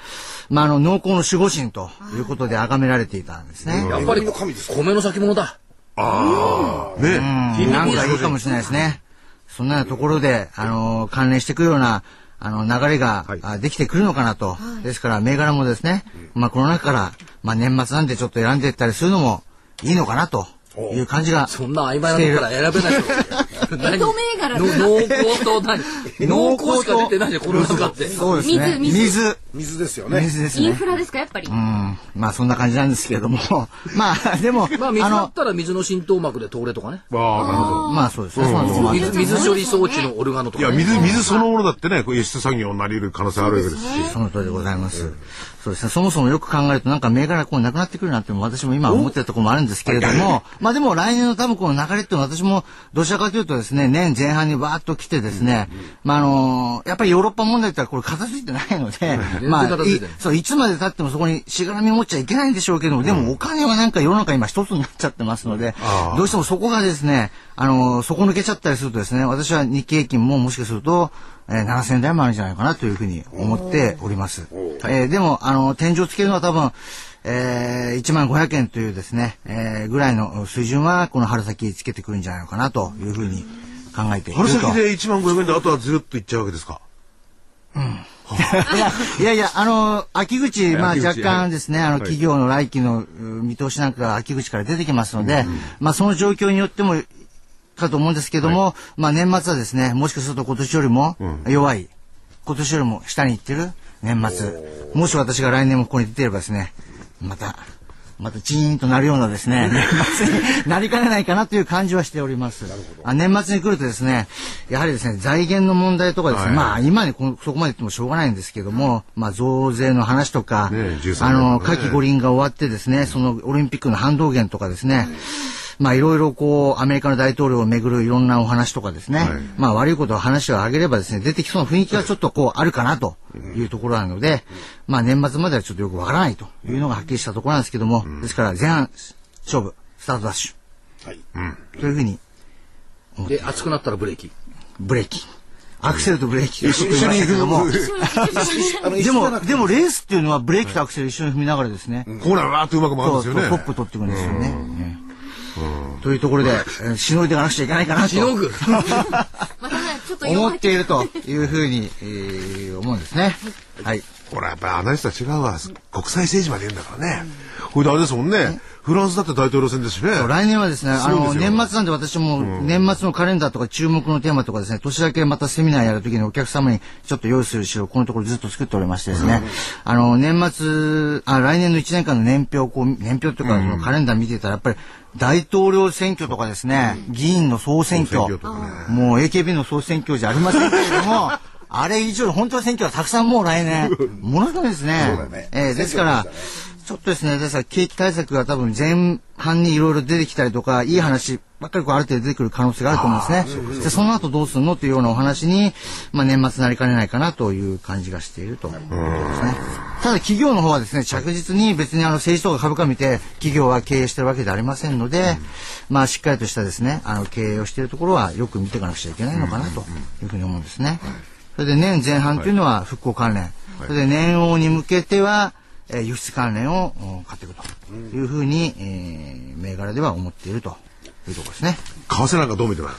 Speaker 8: まあ、あの、農耕の守護神ということで崇められていたんですね。
Speaker 3: やっぱり
Speaker 5: 恵みの神です
Speaker 3: 米の先物だ
Speaker 4: ああ。ね。
Speaker 8: うんなんかいいかもしれないですね。そんなようなところで、あの、関連してくるような、あの、流れが、あできてくるのかなと。ですから、銘柄もですね、まあ、この中から、まあ、年末なんでちょっと選んでいったりするのもいいのかなという感じが。
Speaker 3: そんな曖昧なとこから選べない
Speaker 2: 江戸銘柄だ
Speaker 3: の濃厚と 何濃厚しか出てないじゃんこの中って
Speaker 8: そうですね。
Speaker 2: 水
Speaker 8: 水。
Speaker 5: 水ですよね。
Speaker 8: 水です
Speaker 2: イン
Speaker 8: ね。
Speaker 2: フラですか、やっぱり。
Speaker 8: うん。まあ、そんな感じなんですけれども。 まあ、でも、
Speaker 3: まあ水
Speaker 8: あ
Speaker 3: だっ
Speaker 8: の、
Speaker 3: たら水の浸透膜で通れとかね
Speaker 4: ああ、なるほど。
Speaker 8: まあそうですね。そうなんですよ
Speaker 3: 水水処理装置のオルガノと
Speaker 4: い
Speaker 3: か
Speaker 4: や、
Speaker 3: ね
Speaker 4: 水、水そのものだってね、こう輸出産業になり得る可能性あるわけですし。
Speaker 8: その通りでございます。そうですね。そもそもよく考えると、なんか銘柄こうなくなってくるなって、私も今思ってるところもあるんですけれども、まあでも来年の多分この流れっていうのは私も、どちらかというとですね、年前半にわーっと来てですね、まああのーやっぱりヨーロッパ問題ってのはこれ片付いてないので、ま
Speaker 3: 全然片
Speaker 8: あ、
Speaker 3: 付い
Speaker 8: い
Speaker 3: てない
Speaker 8: そう、いつまで経ってもそこにしがらみ持っちゃいけないんでしょうけども、でもお金はなんか世の中今一つになっちゃってますので、どうしてもそこがですね、あのー、底抜けちゃったりするとですね、私は日経平均ももしかすると、えー、7000台もあるんじゃないかなというふうに思っております。えーでも、あのー、天井をつけるのは多分、えー、1万500円というですね、えー、ぐらいの水準は、この春先つけてくるんじゃないのかなというふうに考えていると。
Speaker 4: 春先で1万500円で、あとはずっといっちゃうわけですか。
Speaker 8: いやいや、あの、秋口、まあ
Speaker 4: 秋口
Speaker 8: 若干ですね、あの、企業の来期のう見通しなんかが秋口から出てきますので、まあその状況によっても、かと思うんですけども、まあ年末はですね、もしかすると今年よりも弱い、今年よりも下に行ってる年末、もし私が来年もここに出てればですね、また、またチーンとなるようなですね、年末になりかねないかなという感じはしております。あ年末に来るとですね、やはりですね、財源の問題とかですね、まあ今にこのそこまで言ってもしょうがないんですけども、まあ増税の話とか、
Speaker 4: ねえ13年
Speaker 8: あの、
Speaker 4: ね
Speaker 8: 夏季五輪が終わってですね、そのオリンピックの反動源とかですね、まあいろいろこう、アメリカの大統領をめぐるいろんなお話とかですね、まあ悪いことを話を上げればですね、出てきそうな雰囲気がちょっとこうあるかなというところなので、まあ年末まではちょっとよくわからないというのがはっきりしたところなんですけども、ですから前半勝負、スタートダッシ
Speaker 5: はい。
Speaker 8: ュというふうに
Speaker 3: で熱くなったらブレーキ
Speaker 8: ブレーキ、アクセルとブレーキを組みましたけど も、
Speaker 5: あ の、
Speaker 8: で
Speaker 5: 一緒じゃな
Speaker 8: も、
Speaker 5: く
Speaker 8: でもレースっていうのはブレーキとアクセル一緒に踏みながらですね、
Speaker 4: コーナーわーっとうまく回るんですよね。
Speaker 8: そうそうトップ取ってくるんですよね。うんというところで、えーしのいでいかなくちゃいけないかなと。
Speaker 3: しのぐ
Speaker 2: またね、ちょっと
Speaker 8: 思
Speaker 2: 弱
Speaker 8: っ
Speaker 2: い。
Speaker 8: ているというふうに、えー思うんですね。はい。
Speaker 4: ほら、やっぱりあの人は違うわ。国際政治まで言うんだからね。これであれですもんね。フランスだって大統領選ですしね。
Speaker 8: 来年はですね、あ
Speaker 4: そ
Speaker 8: の、
Speaker 4: うです
Speaker 8: 年
Speaker 4: よ
Speaker 8: 末なんで私も、年末のカレンダーとか注目のテーマとかですね、年明けまたセミナーやるときにお客様にちょっと用意する資料をこのところずっと作っておりましてですね、あの、年末、あ、来年の1年間の年表をこう、年表というか、そのカレンダー見てたら、やっぱり、大統領選挙とかですね、議員の総選挙、
Speaker 4: 総選挙とかね
Speaker 8: もう AKB の総選挙じゃありませんけれども、あれ以上の本当の選挙はたくさんもう来年、ものすごいですね。えーですから、ちょっとですね、ですから景気対策が多分前半にいろいろ出てきたりとか、いい話ばっかりこうある程度出てくる可能性があると思うんですね。で、その後どうするのというようなお話に、まあ年末なりかねないかなという感じがしているということですね。ただ企業の方はですね、着実に別にあの政治とか株価見て企業は経営してるわけではありませんので、まあしっかりとしたですね、あの経営をしているところはよく見ていかなくちゃいけないのかなというふうに思うんですね。それで年前半というのは復興関連、それで年王に向けては、えー輸出関連をお買っていくというふうに、えー銘柄では思っているというところですね。
Speaker 4: 為替なんかどう見てもらう。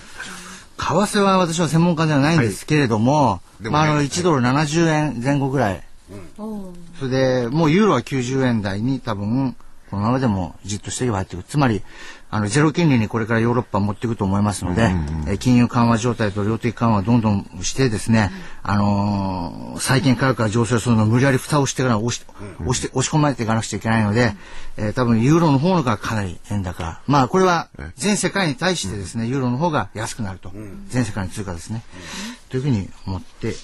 Speaker 8: 為為替は私は専門家ではないんですけれども、
Speaker 4: いでもね
Speaker 8: まあ、あの1ドル70円前後ぐらい、それでもうユーロは90円台に多分このままでもじっとしていけば入ってくるつまりあのゼロ金利にこれからヨーロッパは持っていくと思いますので、えー金融緩和状態と量的緩和をどんどんしてですね、あのー債券価格が上昇するのを無理やり蓋をしてから押し,、押して押し込まれていかなくちゃいけないので、えー多分ユーロの方のがかなり円高まあこれは全世界に対してですね、ユーロの方が安くなると、全世界の通貨ですね、というふうに思っている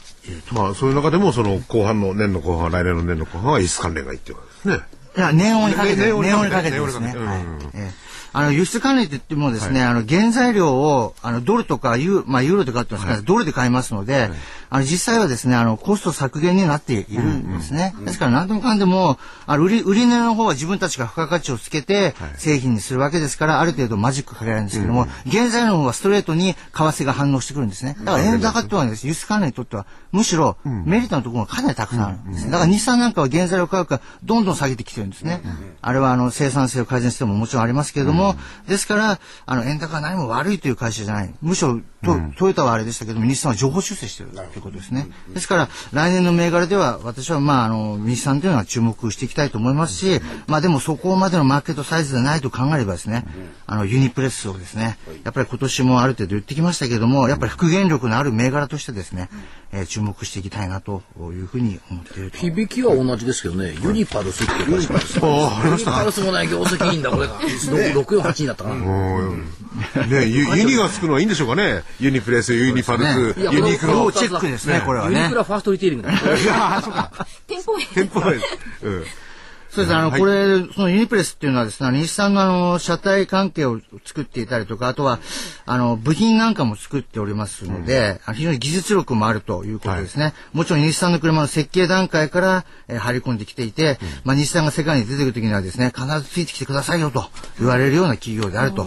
Speaker 8: と
Speaker 4: まあ、そういう中でも、その後半の年の後半、来年の年の後半は輸出関連がいいっていうことですね。
Speaker 8: いや、年音にかけて、
Speaker 4: ね
Speaker 8: 年
Speaker 4: 年
Speaker 8: 音
Speaker 4: 音に
Speaker 8: にか
Speaker 4: か
Speaker 8: け
Speaker 4: け
Speaker 8: て
Speaker 4: て
Speaker 8: ですね。
Speaker 4: 年音に
Speaker 8: は
Speaker 4: かけ
Speaker 8: い
Speaker 4: てうん
Speaker 8: ええあの、輸出管理って言ってもですね、あの、原材料を、あの、ドルとかユー、まあ、ユーロで買ってますから、ドルで買いますので、あの、実際はですね、あの、コスト削減になっているんですね。ですから、何でもかんでも、あの、売り、売り値の方は自分たちが付加価値をつけて、製品にするわけですから、ある程度マジックかけられるんですけども、原材料の方はストレートに為替が反応してくるんですね。だから、円高ってのはですね輸出関連にとっては、むしろ、メリットのところがかなりたくさんあるんですね。だから、日産なんかは原材料価格がどんどん下げてきてるんですね。あれは、あの、生産性を改善してももちろんありますけれども、ですから、あの、円高は何も悪いという会社じゃない。むしろ、トトヨタはあれでしたけども、日産は情報修正してるということですね。ですから、来年の銘柄では、私は、まあ、あの、日産というのは注目していきたいと思いますし、まあ、でもそこまでのマーケットサイズでないと考えればですね、あの、ユニプレスをですね、やっぱり今年もある程度言ってきましたけども、やっぱり復元力のある銘柄としてですね、えー注目していきたいなというふうに思っていると。
Speaker 3: 響きは同じですけどね、ユニパルスっていう会社です。ユ
Speaker 4: ああ、ありま
Speaker 3: ニ
Speaker 4: した。
Speaker 3: パルスもない業績いいんだ、これが。648になったかな。
Speaker 4: ね、ユユニがつくのはいいんでしょうかね。ユニプレス、ユニパル
Speaker 8: そう
Speaker 4: ス、
Speaker 8: です
Speaker 3: ね
Speaker 4: ユニク
Speaker 3: いや
Speaker 4: ロ
Speaker 3: こ
Speaker 8: 要。チェックですね、これは
Speaker 3: ユニ
Speaker 8: ね
Speaker 3: ク。ラファーストリテイリングだ。
Speaker 2: 店舗へ。
Speaker 4: 店舗へ。うん。
Speaker 8: そうですね、あの、
Speaker 4: はい
Speaker 8: これ、そのユニプレスっていうのはですね、あの日産のあの、車体関係を作っていたりとか、あとは、あの、部品なんかも作っておりますので、あの非常に技術力もあるということですね。もちろん日産の車の設計段階から、えー、張り込んできていて、まあ、日産が世界に出てくる時にはですね、必ずついてきてくださいよと言われるような企業であると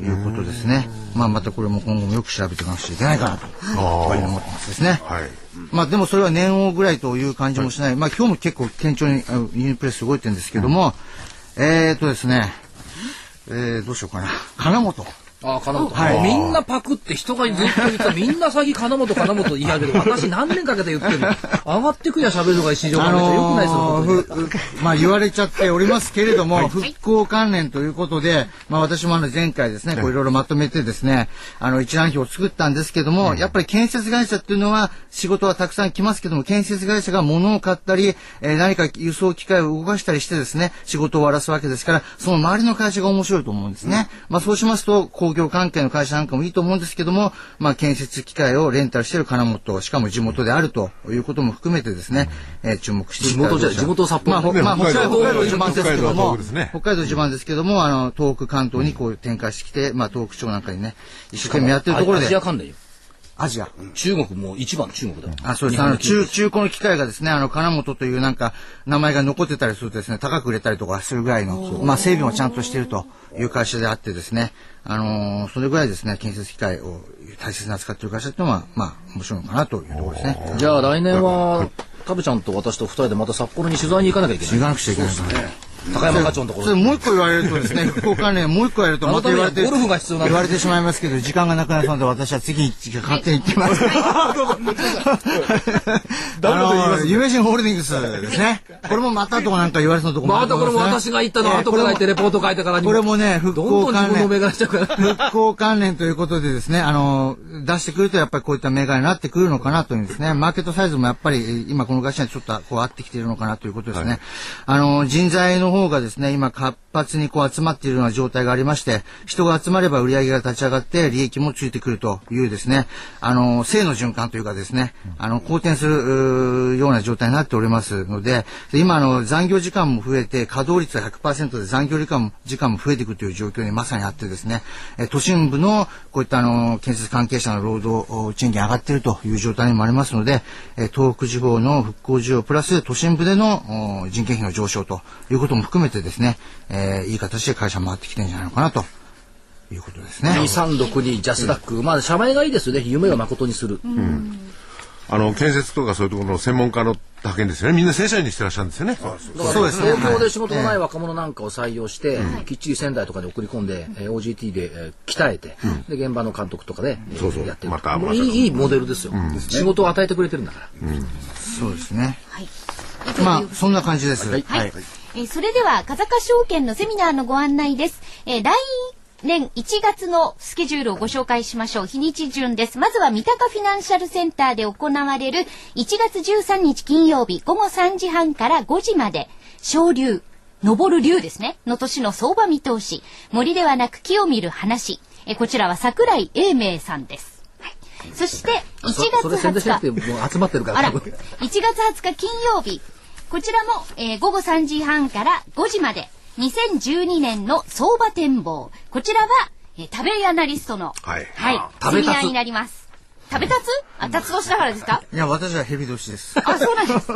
Speaker 8: いうことですね。まあ、またこれも今後もよく調べていかなくちゃいけないかなと、はい、思ってますですね。
Speaker 4: はい。
Speaker 8: まあでもそれは年王ぐらいという感じもしない。まあ今日も結構堅調にあのユニプレス動いてるんですけども、えーとですね、えー、どうしようかな。金本。
Speaker 3: ああ、金本。みんなパクって人がずっと言ってた。みんな詐欺金本、金本言い始める。私何年かけて言ってるの。上がってくや喋るのが市場関連じゃよくないですよ、本当に
Speaker 8: ーふふまあ言われちゃっておりますけれども、復興関連ということで、まあ私もあの前回ですね、こういろいろまとめてですね、あの一覧表を作ったんですけども、やっぱり建設会社っていうのは仕事はたくさん来ますけども、建設会社が物を買ったり、えー何か輸送機械を動かしたりしてですね、仕事を終わらすわけですから、その周りの会社が面白いと思うんですね。まあそうしますと、工業関係の会社なんかもいいと思うんですけども、まあ建設機械をレンタルしている金本、しかも地元であるということも含めてですね、えー注目していきたいと思いま
Speaker 3: 地元
Speaker 8: す
Speaker 3: じゃ地元札幌
Speaker 8: まあほ
Speaker 4: ね
Speaker 8: まあ、もちろん
Speaker 4: 北
Speaker 8: 北海
Speaker 4: 海
Speaker 8: 道
Speaker 4: 道
Speaker 8: 自慢ですけ
Speaker 4: 北海
Speaker 8: ど
Speaker 4: 道は
Speaker 8: も
Speaker 4: 東北ですね、
Speaker 8: 北海道自慢ですけども、あの、東北関東にこう展開してきて、まあ、東北地方なんかにね、一生懸命やってるところで
Speaker 3: アジ、ア関連よ。
Speaker 8: アジア。
Speaker 3: 中国も一番中国だよ。
Speaker 8: あ、そうです。あの、中、中古の機械がですね、あの、金本というなんか、名前が残ってたりするとですね、高く売れたりとかするぐらいの、まあ、整備もちゃんとしているという会社であってですね、あのーそれぐらいですね、建設機械を大切に扱っている会社っていうのは、まあ、面白いのかなというところですね。
Speaker 3: じゃあ来年は、タブちゃんと私と二人でまた札幌に取材に行かなきゃいけ
Speaker 8: 行
Speaker 3: ない。
Speaker 8: かなくちゃいけないからね。
Speaker 3: 高山課長のとこ
Speaker 8: それ
Speaker 3: ろ。
Speaker 8: もう一個言われるとですね、 福岡関連もう一個やるとまた言われて、
Speaker 3: 改めてゴルフが必要なんで
Speaker 8: 言われてしまいますけど、時間がなくなったので私は次に勝手に行って きます。
Speaker 4: ダメなこと言い
Speaker 8: あ
Speaker 4: ま
Speaker 8: の
Speaker 4: すね
Speaker 8: 夢人ホールディングスですね。これもまた後なんか言われそうなとこ
Speaker 3: ま
Speaker 8: ある
Speaker 3: た
Speaker 8: と
Speaker 3: こ
Speaker 8: 思
Speaker 3: れ
Speaker 8: い
Speaker 3: も
Speaker 8: ます
Speaker 3: 私
Speaker 8: ね
Speaker 3: が行ったの、後から書いてレポート書いてからに
Speaker 8: これもね、復
Speaker 3: どんど
Speaker 8: 興
Speaker 3: ん自
Speaker 8: 関
Speaker 3: 分の銘
Speaker 8: 連。
Speaker 3: 柄しちゃうから。
Speaker 8: 復興関連ということでですね、あの、出してくるとやっぱりこういった銘柄になってくるのかなというんですね。マーケットサイズもやっぱりえー今この会社にちょっとこう合ってきているのかなということですね。あの、人材の方がですね、今活発にこう集まっているような状態がありまして、人が集まれば売り上げが立ち上がって利益もついてくるというですね、あの、正の循環というかですね、あの、好転するうーような状態になっておりますので、で今あの、残業時間も増えて、稼働率は100%で残業時間も時間も増えていくという状況にまさにあってですね、えー都心部のこういったあの、建設関係者の労働お賃金上がっているという状態にもありますので、えー東北地方の復興需要プラス都心部でのお人件費の上昇ということも含めてですね、えーいい形で会社回ってきてるんじゃないのかなということですね。
Speaker 3: 2、3、6、2、ジャスダック。まあ、社名がいいですよね。夢を誠にする。
Speaker 4: あの建設とかそういうところの専門家の派遣ですよねみんな正社員にしてらっしゃるんですよね
Speaker 3: そうですね東京で仕事のない若者なんかを採用して、きっちり仙台とかに送り込んで、えー、OGT で、えー、鍛えて、で現場の監督とかで、えー、
Speaker 4: そうそう
Speaker 3: やって
Speaker 4: また
Speaker 3: もういいいいモデルですよ、仕事を与えてくれてるんだから、
Speaker 8: そうですね。
Speaker 2: はい。
Speaker 8: まあ、そんな感じです。はい。
Speaker 2: はい。えーそれでは、風賀証券のセミナーのご案内です。えー来年1月のスケジュールをご紹介しましょう。日にち順です。まずは、三鷹フィナンシャルセンターで行われる1月13日金曜日午後3時半から5時まで、昇竜、昇る竜ですね、の年の相場見通し、森ではなく木を見る話、えーこちらは桜井英明さんです。はい。そして、1月
Speaker 3: それ宣伝しな
Speaker 2: 20日
Speaker 3: く。てもう集まってるか
Speaker 2: あ
Speaker 3: ら
Speaker 2: ら、1月20日金曜日、こちらも、えー午後3時半から5時まで、2012年の相場展望。こちらは、えー食べアナリストの、
Speaker 4: はい
Speaker 3: 食
Speaker 2: セ
Speaker 3: べ
Speaker 2: ミ
Speaker 3: たつ
Speaker 2: ナーになります。食べたつあ、たつ年だからで すか
Speaker 8: いや、私は蛇年です。
Speaker 2: あ、そうなんです。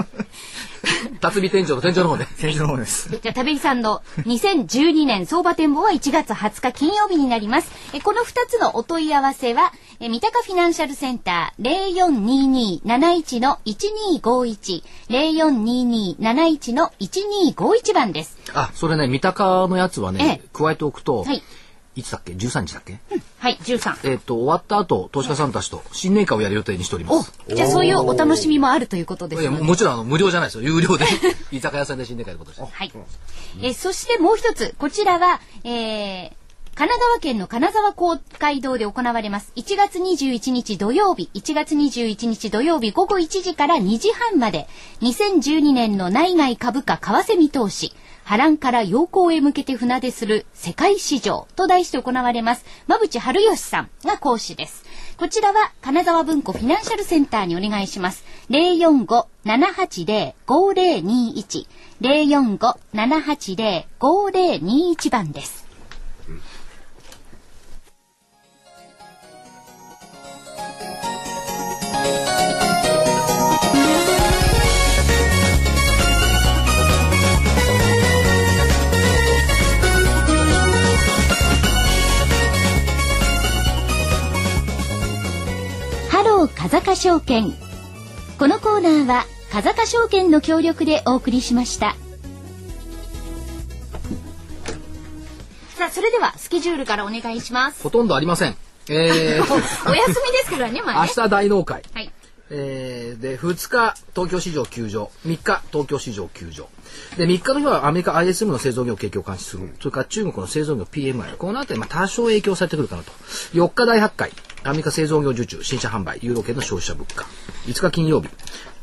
Speaker 3: 辰巳店長の店長の方で
Speaker 8: 先週の方です。
Speaker 2: じゃあ、田部さんの2012年相場展望は1月20日金曜日になります。えこの2つのお問い合わせは、え三鷹フィナンシャルセンター0422-71-1251、0422-71-1251番です。
Speaker 3: あそれね三鷹のやつはね
Speaker 2: ええ
Speaker 3: 加えておくと、
Speaker 2: はい
Speaker 3: い、つだっけ13日だっけ、
Speaker 2: はい、13。
Speaker 3: えっ、と終わった後投資家さんたちと新年会をやる予定にしております
Speaker 2: じゃあ、そういうお楽しみもあるということで
Speaker 3: い
Speaker 2: す
Speaker 3: や
Speaker 2: の
Speaker 3: も
Speaker 2: で。
Speaker 3: もちろんあの無料じゃないですよ有料で居酒屋さんで新年会のことです
Speaker 2: はい。えーそしてもう一つ、こちらは、えー神奈川県の金沢公会堂で行われます。1月21日土曜日、1月21日土曜日午後1時から2時半まで、2012年の内外株価為替見通し、波乱から陽光へ向けて船出する世界市場と題して行われます。馬淵春吉さんが講師です。こちらは金沢文庫フィナンシャルセンターにお願いします。045-780-5021。045-780-5021番です。
Speaker 6: ハロー風賀証券。このコーナーは風賀証券の協力でお送りしました。
Speaker 2: さあ、それではスケジュールからお願いします。
Speaker 3: ほとんどありませんえー
Speaker 2: お休みですからね、まあ
Speaker 3: 明
Speaker 2: ね。
Speaker 3: 日大納会
Speaker 2: はい。
Speaker 3: えーで2日東京市場休場3日東京市場休場で3日の日はアメリカ ISM の製造業景況を監視する、それから中国の製造業 PMI この辺りまあ多少影響されてくるかなと4日第8回アメリカ製造業受注新車販売ユーロ圏の消費者物価5日金曜日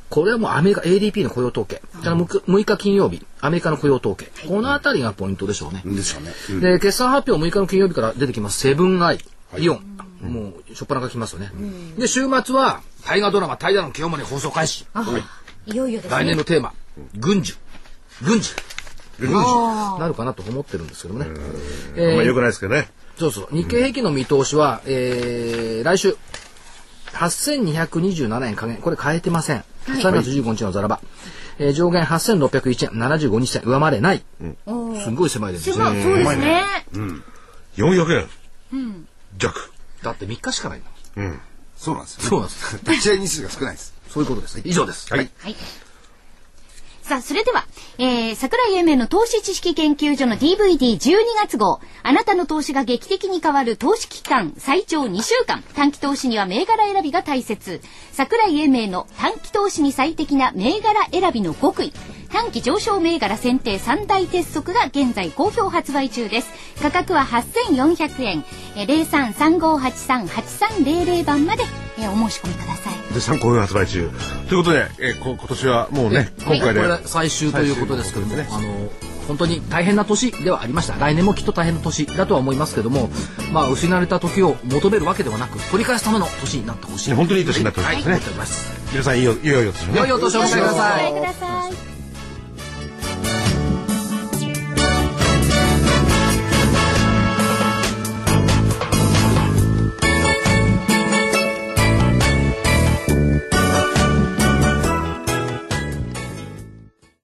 Speaker 3: これはもうアメリカ ADP の雇用統計、それからむく 6, 日金曜日アメリカの雇用統計、この辺りがポイントでしょうね、
Speaker 5: でしょうね。うん
Speaker 3: で決算発表6日の金曜日から出てきますセブンアイイオン、もう初っ端から来ますよね、で週末は大河ドラマ「大河の清盛」放送開始
Speaker 2: いよいよです
Speaker 3: 来
Speaker 2: ね。
Speaker 3: 年のテーマ「軍需軍事」軍事なるかなと思ってるんですけどもね、えー
Speaker 4: まあよくないですけどね
Speaker 3: そうそう日経平均の見通しは、えー来週8227円加減これ変えてません、3月15日のザラバ、えー上限8601円75日線上回れない、すんごい狭いですね
Speaker 2: まあ、そうですね。
Speaker 4: 400円弱
Speaker 3: だって3日しかないんだもん
Speaker 5: そうなんですよ、ね。
Speaker 3: そうなんです
Speaker 5: 立ち会い日数が少ないです。
Speaker 3: そういうことです。以上です。
Speaker 4: はい
Speaker 2: はい。さあ、それでは、えー、桜井英明の投資知識研究所の DVD12 月号、あなたの投資が劇的に変わる投資期間、最長2週間、短期投資には銘柄選びが大切。桜井英明の短期投資に最適な銘柄選びの極意、短期上昇銘柄選定三大鉄則が現在好評発売中です。価格は8400円、えー、0335838300番まで、えーお申し込みください。
Speaker 4: で参考に発売中ということで、えーこ今年はもうね今
Speaker 3: こ
Speaker 4: 回
Speaker 3: れ
Speaker 4: で
Speaker 3: が最終ということですけども、
Speaker 4: 最終と
Speaker 3: あの本当に大変な年ではありました。来年もきっと大変な年だとは思いますけども、まあ失われた時を求めるわけではなく、取り返すための年になってほしい。
Speaker 4: 本当にいい年になってほしいですね
Speaker 3: はい思っております。
Speaker 4: 皆さんいいよいよいよですね
Speaker 3: 良いお年をお迎えください。
Speaker 2: ください。